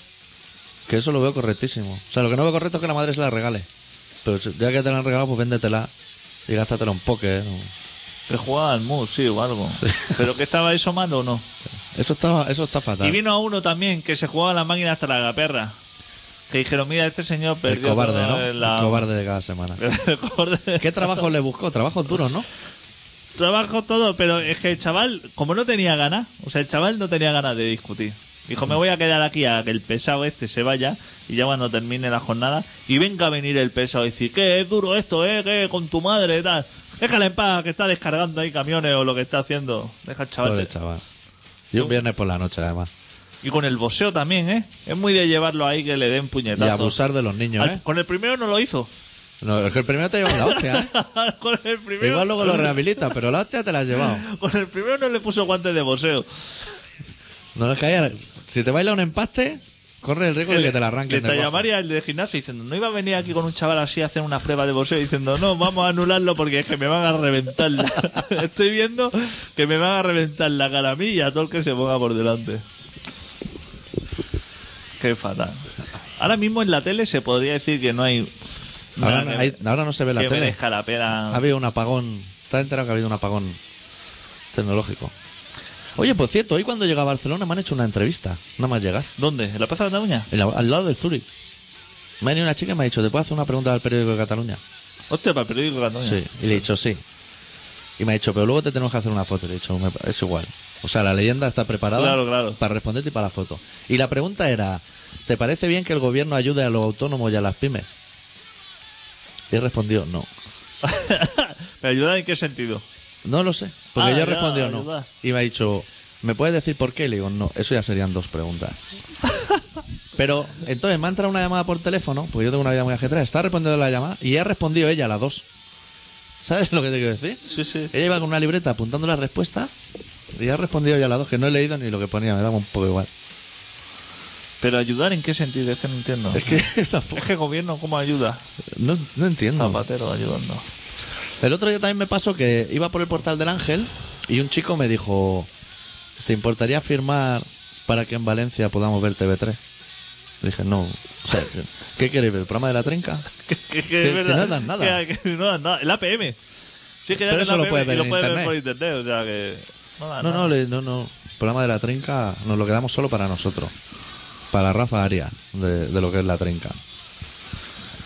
[SPEAKER 1] Que eso lo veo correctísimo. O sea, lo que no veo correcto es que la madre se la regale. Pero si- ya que te la han regalado, pues véndetela. Y gástatela un poke. ¿eh? No.
[SPEAKER 2] Que jugaba al mus, sí, o algo. Pero que estaba eso mal o no.
[SPEAKER 1] Eso está, eso está fatal.
[SPEAKER 2] Y vino a uno también que se jugaba a la máquina hasta la perra. Que dijeron, mira, este señor
[SPEAKER 1] el
[SPEAKER 2] perdió
[SPEAKER 1] cobarde,
[SPEAKER 2] toda
[SPEAKER 1] ¿no?
[SPEAKER 2] la-
[SPEAKER 1] El cobarde de cada semana.
[SPEAKER 2] El cobarde.
[SPEAKER 1] ¿Qué trabajo le buscó? Trabajos duros, ¿no?
[SPEAKER 2] Trabajo todo, pero es que el chaval, como no tenía ganas, o sea, el chaval no tenía ganas de discutir. Dijo, me voy a quedar aquí a que el pesado este se vaya y ya cuando termine la jornada y venga a venir el pesado y decir, que es duro esto, eh, que con tu madre y tal. Déjale en paz, que está descargando ahí camiones o lo que está haciendo. Deja al chaval. eh.
[SPEAKER 1] Pobre chaval. Y un viernes por la noche, además.
[SPEAKER 2] Y con el boxeo también, ¿eh? Es muy de llevarlo ahí que le den
[SPEAKER 1] Y
[SPEAKER 2] puñetazos.
[SPEAKER 1] abusar de los niños,
[SPEAKER 2] Al-
[SPEAKER 1] ¿eh?
[SPEAKER 2] Con el primero no lo hizo.
[SPEAKER 1] No, es que el primero te lleva la hostia, ¿eh?
[SPEAKER 2] con el primero.
[SPEAKER 1] Igual luego lo rehabilita, pero la hostia te la has llevado.
[SPEAKER 2] Con el primero no le puso guantes de boxeo.
[SPEAKER 1] No le caía. Si te baila un empaste, corre el riesgo de que te la arranquen. de
[SPEAKER 2] Le
[SPEAKER 1] abajo.
[SPEAKER 2] llamaría el de gimnasio diciendo, no iba a venir aquí con un chaval así a hacer una prueba de boxeo diciendo, no, vamos a anularlo porque es que me van a reventar la... Estoy viendo que me van a reventar la cara a mí y a todo el que se ponga por delante. Qué fatal. Ahora mismo en la tele se podría decir que no hay...
[SPEAKER 1] Ahora,
[SPEAKER 2] nada
[SPEAKER 1] no-
[SPEAKER 2] que-
[SPEAKER 1] hay- ahora no se ve la
[SPEAKER 2] que
[SPEAKER 1] tele.
[SPEAKER 2] merezca la
[SPEAKER 1] Ha
[SPEAKER 2] pena.
[SPEAKER 1] habido un apagón. ¿Te has enterado que ha habido un apagón tecnológico? Oye, por cierto, hoy cuando llega a Barcelona me han hecho una entrevista. Nada más llegar.
[SPEAKER 2] ¿Dónde? ¿En la Plaza de Cataluña?
[SPEAKER 1] En la- al lado del Zurich. Me ha venido una chica y me ha dicho, ¿te puedo hacer una pregunta al periódico de Cataluña?
[SPEAKER 2] Hostia, para el periódico de Cataluña.
[SPEAKER 1] Sí. Y le he dicho, sí. Y me ha dicho, pero luego te tenemos que hacer una foto. Y le he dicho, "Me- es igual. O sea, la leyenda está preparada
[SPEAKER 2] Claro, claro.
[SPEAKER 1] para responderte y para la foto. Y la pregunta era, ¿te parece bien que el gobierno ayude a los autónomos y a las pymes? Y he respondido, no.
[SPEAKER 2] ¿Pero ayudar en qué sentido?
[SPEAKER 1] No lo sé. Porque
[SPEAKER 2] Ah,
[SPEAKER 1] yo he
[SPEAKER 2] ya,
[SPEAKER 1] respondido no.
[SPEAKER 2] ayudar.
[SPEAKER 1] Y me ha dicho, ¿me puedes decir por qué? Y le digo, no, eso ya serían dos preguntas. Pero entonces me ha entrado una llamada por teléfono, porque yo tengo una vida muy ajetreada. Está respondiendo la llamada y ha respondido ella a las dos. ¿Sabes lo que te quiero decir?
[SPEAKER 2] Sí, sí.
[SPEAKER 1] Ella iba con una libreta apuntando la respuesta y ha respondido ya a las dos, que no he leído ni lo que ponía, me daba un poco igual.
[SPEAKER 2] ¿Pero ayudar en qué sentido? Es que no entiendo.
[SPEAKER 1] Es que tampoco- Ah,
[SPEAKER 2] Es que gobierno, ¿cómo ayuda?
[SPEAKER 1] no, no entiendo.
[SPEAKER 2] Zapatero ayudando.
[SPEAKER 1] El otro día también me pasó que iba por el portal del Ángel y un chico me dijo, ¿te importaría firmar para que en Valencia podamos ver TV3? Le dije, no, o sea, ¿qué queréis ver? ¿El programa de la trinca?
[SPEAKER 2] Que, que- que
[SPEAKER 1] Que
[SPEAKER 2] es
[SPEAKER 1] si no
[SPEAKER 2] verdad.
[SPEAKER 1] dan nada.
[SPEAKER 2] Que- que no dan nada. El APM. Sí, que ya
[SPEAKER 1] Pero
[SPEAKER 2] que
[SPEAKER 1] eso
[SPEAKER 2] el
[SPEAKER 1] lo
[SPEAKER 2] APM
[SPEAKER 1] puedes ver
[SPEAKER 2] y lo
[SPEAKER 1] en
[SPEAKER 2] puedes
[SPEAKER 1] internet.
[SPEAKER 2] ver por internet. O sea que. No, dan
[SPEAKER 1] No,
[SPEAKER 2] nada.
[SPEAKER 1] Ah, no, le- no, no, el programa de la trinca nos lo quedamos solo para nosotros, para la raza aria de, de lo que es la trinca.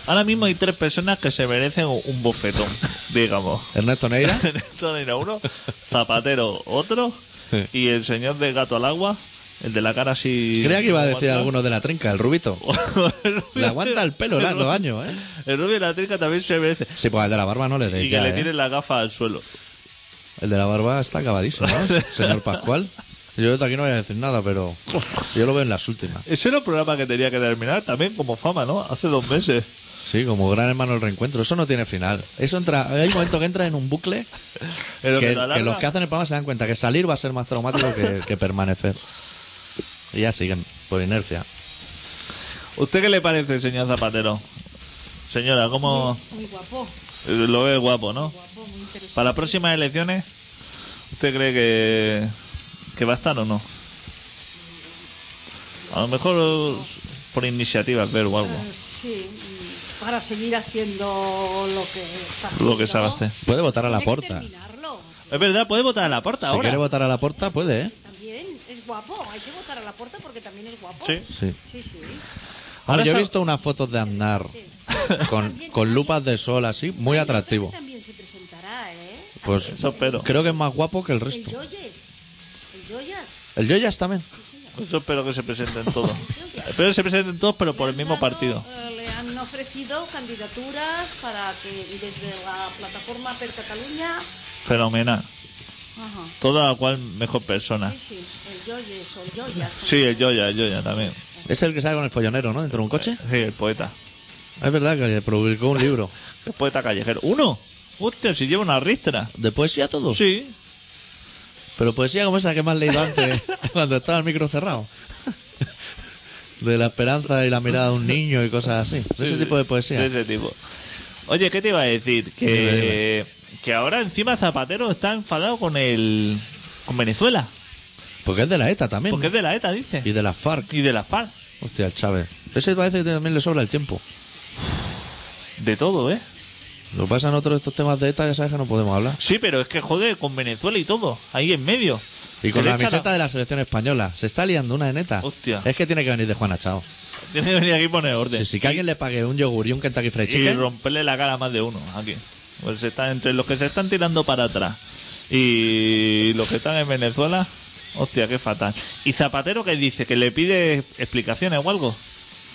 [SPEAKER 2] Ahora mismo hay tres personas que se merecen un- un bofetón, digamos.
[SPEAKER 1] Ernesto Neira,
[SPEAKER 2] Ernesto Neira uno, Zapatero otro y el señor del gato al agua, el de la cara así.
[SPEAKER 1] creía que iba a decir
[SPEAKER 2] aguanta.
[SPEAKER 1] alguno de la trinca, el rubito.
[SPEAKER 2] El rubio
[SPEAKER 1] Le aguanta el pelo la- los años, ¿eh?
[SPEAKER 2] El rubio de la trica también se merece.
[SPEAKER 1] Sí, pues al de la barba no le deis
[SPEAKER 2] Y
[SPEAKER 1] ya,
[SPEAKER 2] que le
[SPEAKER 1] ¿eh?
[SPEAKER 2] tiene la gafa al suelo.
[SPEAKER 1] El de la barba está acabadísimo, ¿no? Señor Pascual. Yo desde aquí no voy a decir nada, pero yo lo veo en las últimas.
[SPEAKER 2] Ese era un programa que tenía que terminar también como fama, ¿no? Hace dos meses.
[SPEAKER 1] Sí, como gran hermano el reencuentro. Eso no tiene final. Eso entra, hay un momento que entra en un bucle
[SPEAKER 2] Pero
[SPEAKER 1] que,
[SPEAKER 2] lo
[SPEAKER 1] que
[SPEAKER 2] alarga.
[SPEAKER 1] los que hacen el programa se dan cuenta que salir va a ser más traumático que, que permanecer. Y ya siguen, por inercia.
[SPEAKER 2] ¿Usted qué le parece, señor Zapatero? Señora, ¿cómo
[SPEAKER 4] Muy guapo,
[SPEAKER 2] eh, lo ve guapo, no?
[SPEAKER 4] guapo, muy interesante.
[SPEAKER 2] Para las próximas elecciones, ¿usted cree que, que va a estar o no? A lo mejor eh, por iniciativas ver o algo,
[SPEAKER 4] Eh, Sí, mm, para seguir haciendo lo que está
[SPEAKER 2] lo que
[SPEAKER 4] haciendo.
[SPEAKER 2] sabe hacer.
[SPEAKER 1] Puede votar a la
[SPEAKER 4] Hay que
[SPEAKER 1] porta.
[SPEAKER 4] terminarlo.
[SPEAKER 2] Es verdad, puede votar a la puerta
[SPEAKER 1] Si
[SPEAKER 2] ahora.
[SPEAKER 1] quiere votar a la porta, puede, ¿eh?
[SPEAKER 4] También es guapo, hay que votar a la puerta porque también es guapo.
[SPEAKER 2] Sí.
[SPEAKER 1] Sí.
[SPEAKER 4] Sí, sí.
[SPEAKER 2] Ahora
[SPEAKER 1] Ahora yo he
[SPEAKER 2] sab-
[SPEAKER 1] visto unas fotos de andar con, con lupas de sol así, muy
[SPEAKER 4] Hay otro
[SPEAKER 1] atractivo.
[SPEAKER 4] que también se presentará, ¿eh?
[SPEAKER 1] Pues
[SPEAKER 2] Eso espero.
[SPEAKER 1] creo que es más guapo que el
[SPEAKER 4] El
[SPEAKER 1] resto.
[SPEAKER 4] Joyes. El Joyas.
[SPEAKER 1] El Joyas también.
[SPEAKER 2] Eso espero que se presenten todos. espero que se presenten todos, pero por el
[SPEAKER 4] Le han
[SPEAKER 2] mismo
[SPEAKER 4] dado,
[SPEAKER 2] partido.
[SPEAKER 4] eh, le han ofrecido candidaturas para que desde la plataforma Per Cataluña.
[SPEAKER 2] Fenomenal.
[SPEAKER 4] Ajá.
[SPEAKER 2] Toda la cual mejor persona.
[SPEAKER 4] Sí, sí, el Joyes o el Joyas.
[SPEAKER 2] Sí, el Yoya, el Yoya también.
[SPEAKER 1] Es el que sale con el follonero, ¿no? Dentro de un coche.
[SPEAKER 2] Sí, el poeta.
[SPEAKER 1] Es verdad que publicó un libro.
[SPEAKER 2] El poeta callejero. ¿Uno? Hostia, si lleva una ristra.
[SPEAKER 1] ¿De poesía todo?
[SPEAKER 2] Sí.
[SPEAKER 1] Pero poesía como esa que me has leído antes, cuando estaba el micro cerrado. De la esperanza y la mirada de un niño y cosas así. De ese
[SPEAKER 2] Sí,
[SPEAKER 1] tipo de poesía.
[SPEAKER 2] de ese tipo. Oye, ¿qué te iba a decir?
[SPEAKER 1] Dime,
[SPEAKER 2] Que, que ahora encima Zapatero está enfadado con el con Venezuela.
[SPEAKER 1] Porque es de la ETA también.
[SPEAKER 2] Porque es de la ETA, dice.
[SPEAKER 1] Y de la FARC.
[SPEAKER 2] Y de la FARC.
[SPEAKER 1] Hostia, el Chávez. Ese parece que también le sobra el tiempo.
[SPEAKER 2] De todo, ¿eh?
[SPEAKER 1] Lo que pasa en otros de estos temas de ETA, ya sabes que no podemos hablar.
[SPEAKER 2] Sí, pero es que jode con Venezuela y todo. Ahí en medio.
[SPEAKER 1] Y con
[SPEAKER 2] Que le
[SPEAKER 1] la
[SPEAKER 2] echa
[SPEAKER 1] camiseta de la selección española. Se está liando una en ETA.
[SPEAKER 2] Hostia.
[SPEAKER 1] Es que tiene que venir de Juana Chao.
[SPEAKER 2] Tiene que venir aquí y poner orden.
[SPEAKER 1] Si, si que alguien le pague un yogur y un Kentucky Fried
[SPEAKER 2] y
[SPEAKER 1] Chicken,
[SPEAKER 2] romperle la cara a más de uno aquí. Pues está entre los que se están tirando para atrás y los que están en Venezuela, hostia, qué fatal. Y Zapatero que dice que le pide explicaciones o algo.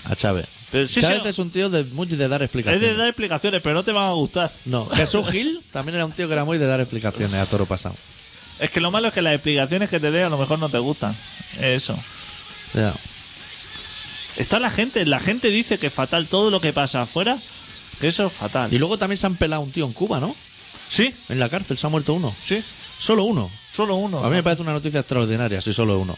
[SPEAKER 1] a Chávez.
[SPEAKER 2] Pero sí,
[SPEAKER 1] Chávez
[SPEAKER 2] sí, no.
[SPEAKER 1] es un tío de muy de dar
[SPEAKER 2] Es
[SPEAKER 1] explicaciones.
[SPEAKER 2] de dar explicaciones, pero no te van a gustar.
[SPEAKER 1] No, Jesús Gil también era un tío que era muy de dar explicaciones a toro pasado.
[SPEAKER 2] Es que lo malo es que las explicaciones que te dé a lo mejor no te gustan. Eso.
[SPEAKER 1] Ya.
[SPEAKER 2] Está la gente, la gente dice que es fatal todo lo que pasa afuera, que eso es
[SPEAKER 1] Y
[SPEAKER 2] fatal.
[SPEAKER 1] luego también se han pelado un tío en Cuba, ¿no?
[SPEAKER 2] Sí,
[SPEAKER 1] En la cárcel se ha muerto uno.
[SPEAKER 2] sí,
[SPEAKER 1] Solo uno.
[SPEAKER 2] solo uno.
[SPEAKER 1] A mí me parece una noticia extraordinaria, si solo uno.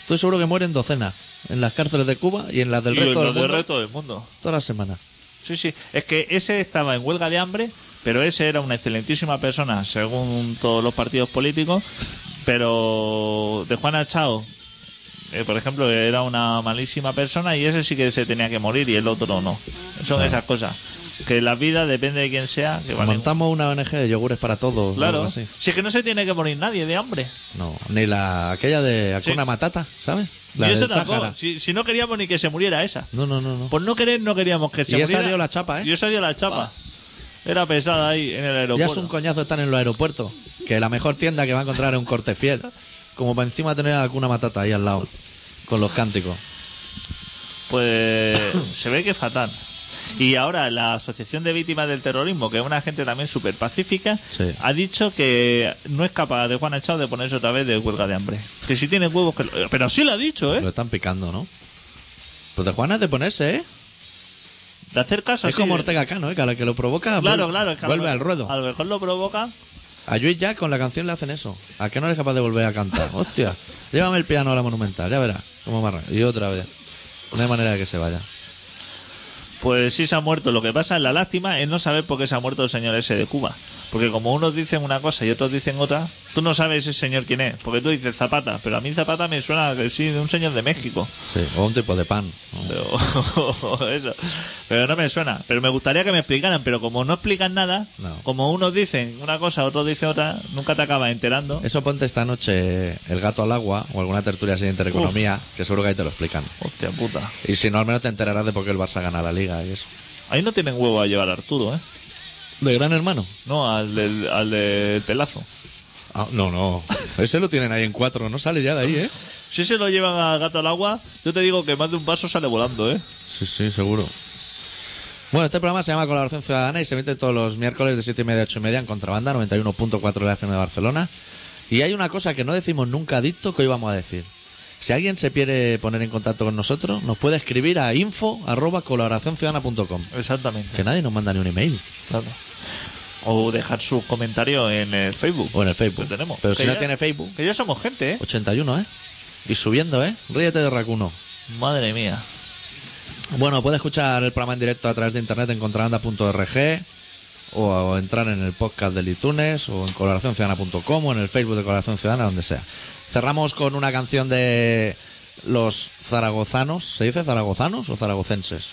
[SPEAKER 1] Estoy seguro que mueren docenas en las cárceles de Cuba y en las del
[SPEAKER 2] Y
[SPEAKER 1] resto
[SPEAKER 2] lo
[SPEAKER 1] del
[SPEAKER 2] del
[SPEAKER 1] mundo
[SPEAKER 2] resto del mundo.
[SPEAKER 1] toda la semana.
[SPEAKER 2] Sí, sí. Es que ese estaba en huelga de hambre, pero ese era una excelentísima persona, según todos los partidos políticos. Pero de Juana Chao, eh, por ejemplo, era una malísima persona y ese sí que se tenía que morir y el otro no. Son esas cosas. Que la vida depende de quién sea. Que valen-
[SPEAKER 1] Montamos una ONG de yogures para todos. o algo
[SPEAKER 2] Claro.
[SPEAKER 1] así.
[SPEAKER 2] Si es que no se tiene que morir nadie de hambre.
[SPEAKER 1] No, ni la aquella de Hakuna
[SPEAKER 2] Sí.
[SPEAKER 1] Matata, ¿sabes? La
[SPEAKER 2] y eso
[SPEAKER 1] del
[SPEAKER 2] tampoco.
[SPEAKER 1] Sáhara.
[SPEAKER 2] Si, si no queríamos ni que se muriera esa.
[SPEAKER 1] No, no, no, no.
[SPEAKER 2] Por no querer, no queríamos que se
[SPEAKER 1] Y esa
[SPEAKER 2] muriera.
[SPEAKER 1] dio la chapa, ¿eh?
[SPEAKER 2] Y esa dio la chapa. Era pesada ahí en el
[SPEAKER 1] Ya
[SPEAKER 2] aeropuerto.
[SPEAKER 1] es un coñazo estar en los aeropuertos. Que la mejor tienda que va a encontrar es un corte fiel. Como para encima tener a Hakuna Matata ahí al lado. Con los cánticos.
[SPEAKER 2] Pues se ve que es fatal. Y ahora la Asociación de Víctimas del Terrorismo, que es una gente también súper pacífica,
[SPEAKER 1] Sí.
[SPEAKER 2] ha dicho que no es capaz de Juan Echado de ponerse otra vez de huelga de hambre. Que si tiene huevos que... lo- Pero sí lo ha dicho, ¿eh?
[SPEAKER 1] Lo están picando, ¿no? Pues de Juana es de ponerse, ¿eh?
[SPEAKER 2] De hacer caso
[SPEAKER 1] Es
[SPEAKER 2] así
[SPEAKER 1] como
[SPEAKER 2] de-
[SPEAKER 1] Ortega Cano, ¿eh? Que a la que lo provoca
[SPEAKER 2] Claro,
[SPEAKER 1] vuel-
[SPEAKER 2] claro. es que a lo
[SPEAKER 1] vuelve al
[SPEAKER 2] mejor-
[SPEAKER 1] ruedo.
[SPEAKER 2] A lo mejor lo provoca.
[SPEAKER 1] A Luis Jack con la canción le hacen eso. ¿A qué no eres capaz de volver a cantar? Hostia, llévame el piano a la monumental, ya verás. Cómo me arranca. Y otra vez. No hay manera de que se vaya.
[SPEAKER 2] Pues sí se ha muerto. Lo que pasa es la lástima es no saber por qué se ha muerto el señor ese de Cuba. Porque como unos dicen una cosa y otros dicen otra, tú no sabes ese señor quién es. Porque tú dices Zapata, pero a mí Zapata me suena que sí, de un señor de México.
[SPEAKER 1] Sí, o un tipo de pan. ¿no?
[SPEAKER 2] Pero, eso. Pero no me suena. Pero me gustaría que me explicaran. Pero como no explican nada,
[SPEAKER 1] No.
[SPEAKER 2] como unos dicen una cosa, otros dicen otra, nunca te acabas enterando.
[SPEAKER 1] Eso ponte esta noche el gato al agua o alguna tertulia así de intereconomía, que seguro que ahí te lo explican.
[SPEAKER 2] Hostia puta.
[SPEAKER 1] Y si no, al menos te enterarás de por qué el Barça gana la liga y eso.
[SPEAKER 2] Ahí no tienen huevo a llevar a Arturo, ¿eh?
[SPEAKER 1] ¿De gran hermano?
[SPEAKER 2] No, al del, al del pelazo.
[SPEAKER 1] Ah, no, no. Ese lo tienen ahí en cuatro, no sale ya de ahí, ¿eh?
[SPEAKER 2] Si se lo llevan al gato al agua, yo te digo que más de un vaso sale volando, ¿eh?
[SPEAKER 1] Sí, sí, seguro. Bueno, este programa se llama Colaboración Ciudadana y se emite todos los miércoles de 7 y media a 8 y media en Contrabanda 91.4 de la FM de Barcelona. Y hay una cosa que no decimos nunca, adicto, que hoy vamos a decir. Si alguien se quiere poner en contacto con nosotros, nos puede escribir a info arroba colaboracionciudadana.com.
[SPEAKER 2] Exactamente.
[SPEAKER 1] Que nadie nos manda ni un email.
[SPEAKER 2] claro. O dejar sus comentarios en el Facebook.
[SPEAKER 1] O en el Facebook.
[SPEAKER 2] Que tenemos.
[SPEAKER 1] Pero si
[SPEAKER 2] Que
[SPEAKER 1] no
[SPEAKER 2] ya-
[SPEAKER 1] tiene Facebook,
[SPEAKER 2] Que ya somos gente, ¿eh?
[SPEAKER 1] 81, ¿eh? Y subiendo, ¿eh? Ríete de Racuno.
[SPEAKER 2] Madre mía.
[SPEAKER 1] Bueno, puedes escuchar el programa en directo a través de internet en contrabanda.org o, o entrar en el podcast del iTunes o en colaboracionciudadana.com o en el Facebook de Colaboración Ciudadana, donde sea. Cerramos con una canción de los zaragozanos. ¿Se dice zaragozanos o zaragocenses?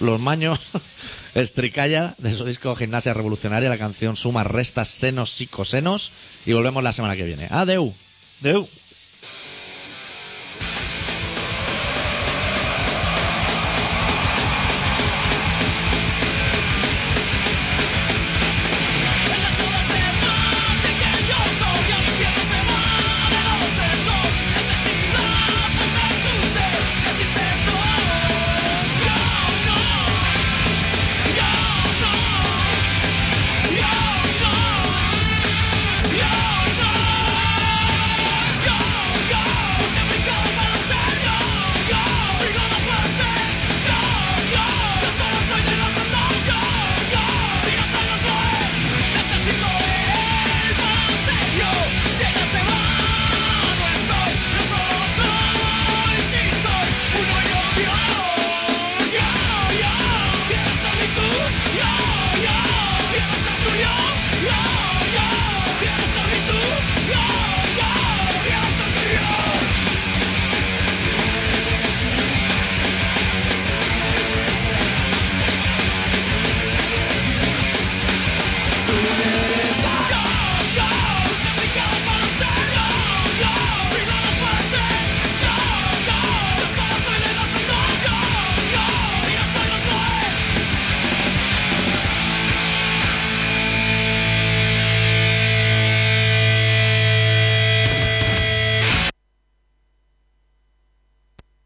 [SPEAKER 1] Los Maños, Estricalla, de su disco Gimnasia Revolucionaria, la canción Suma, Restas, Senos y Cosenos. Y volvemos la semana que viene. ¡Adeu!
[SPEAKER 2] Deu.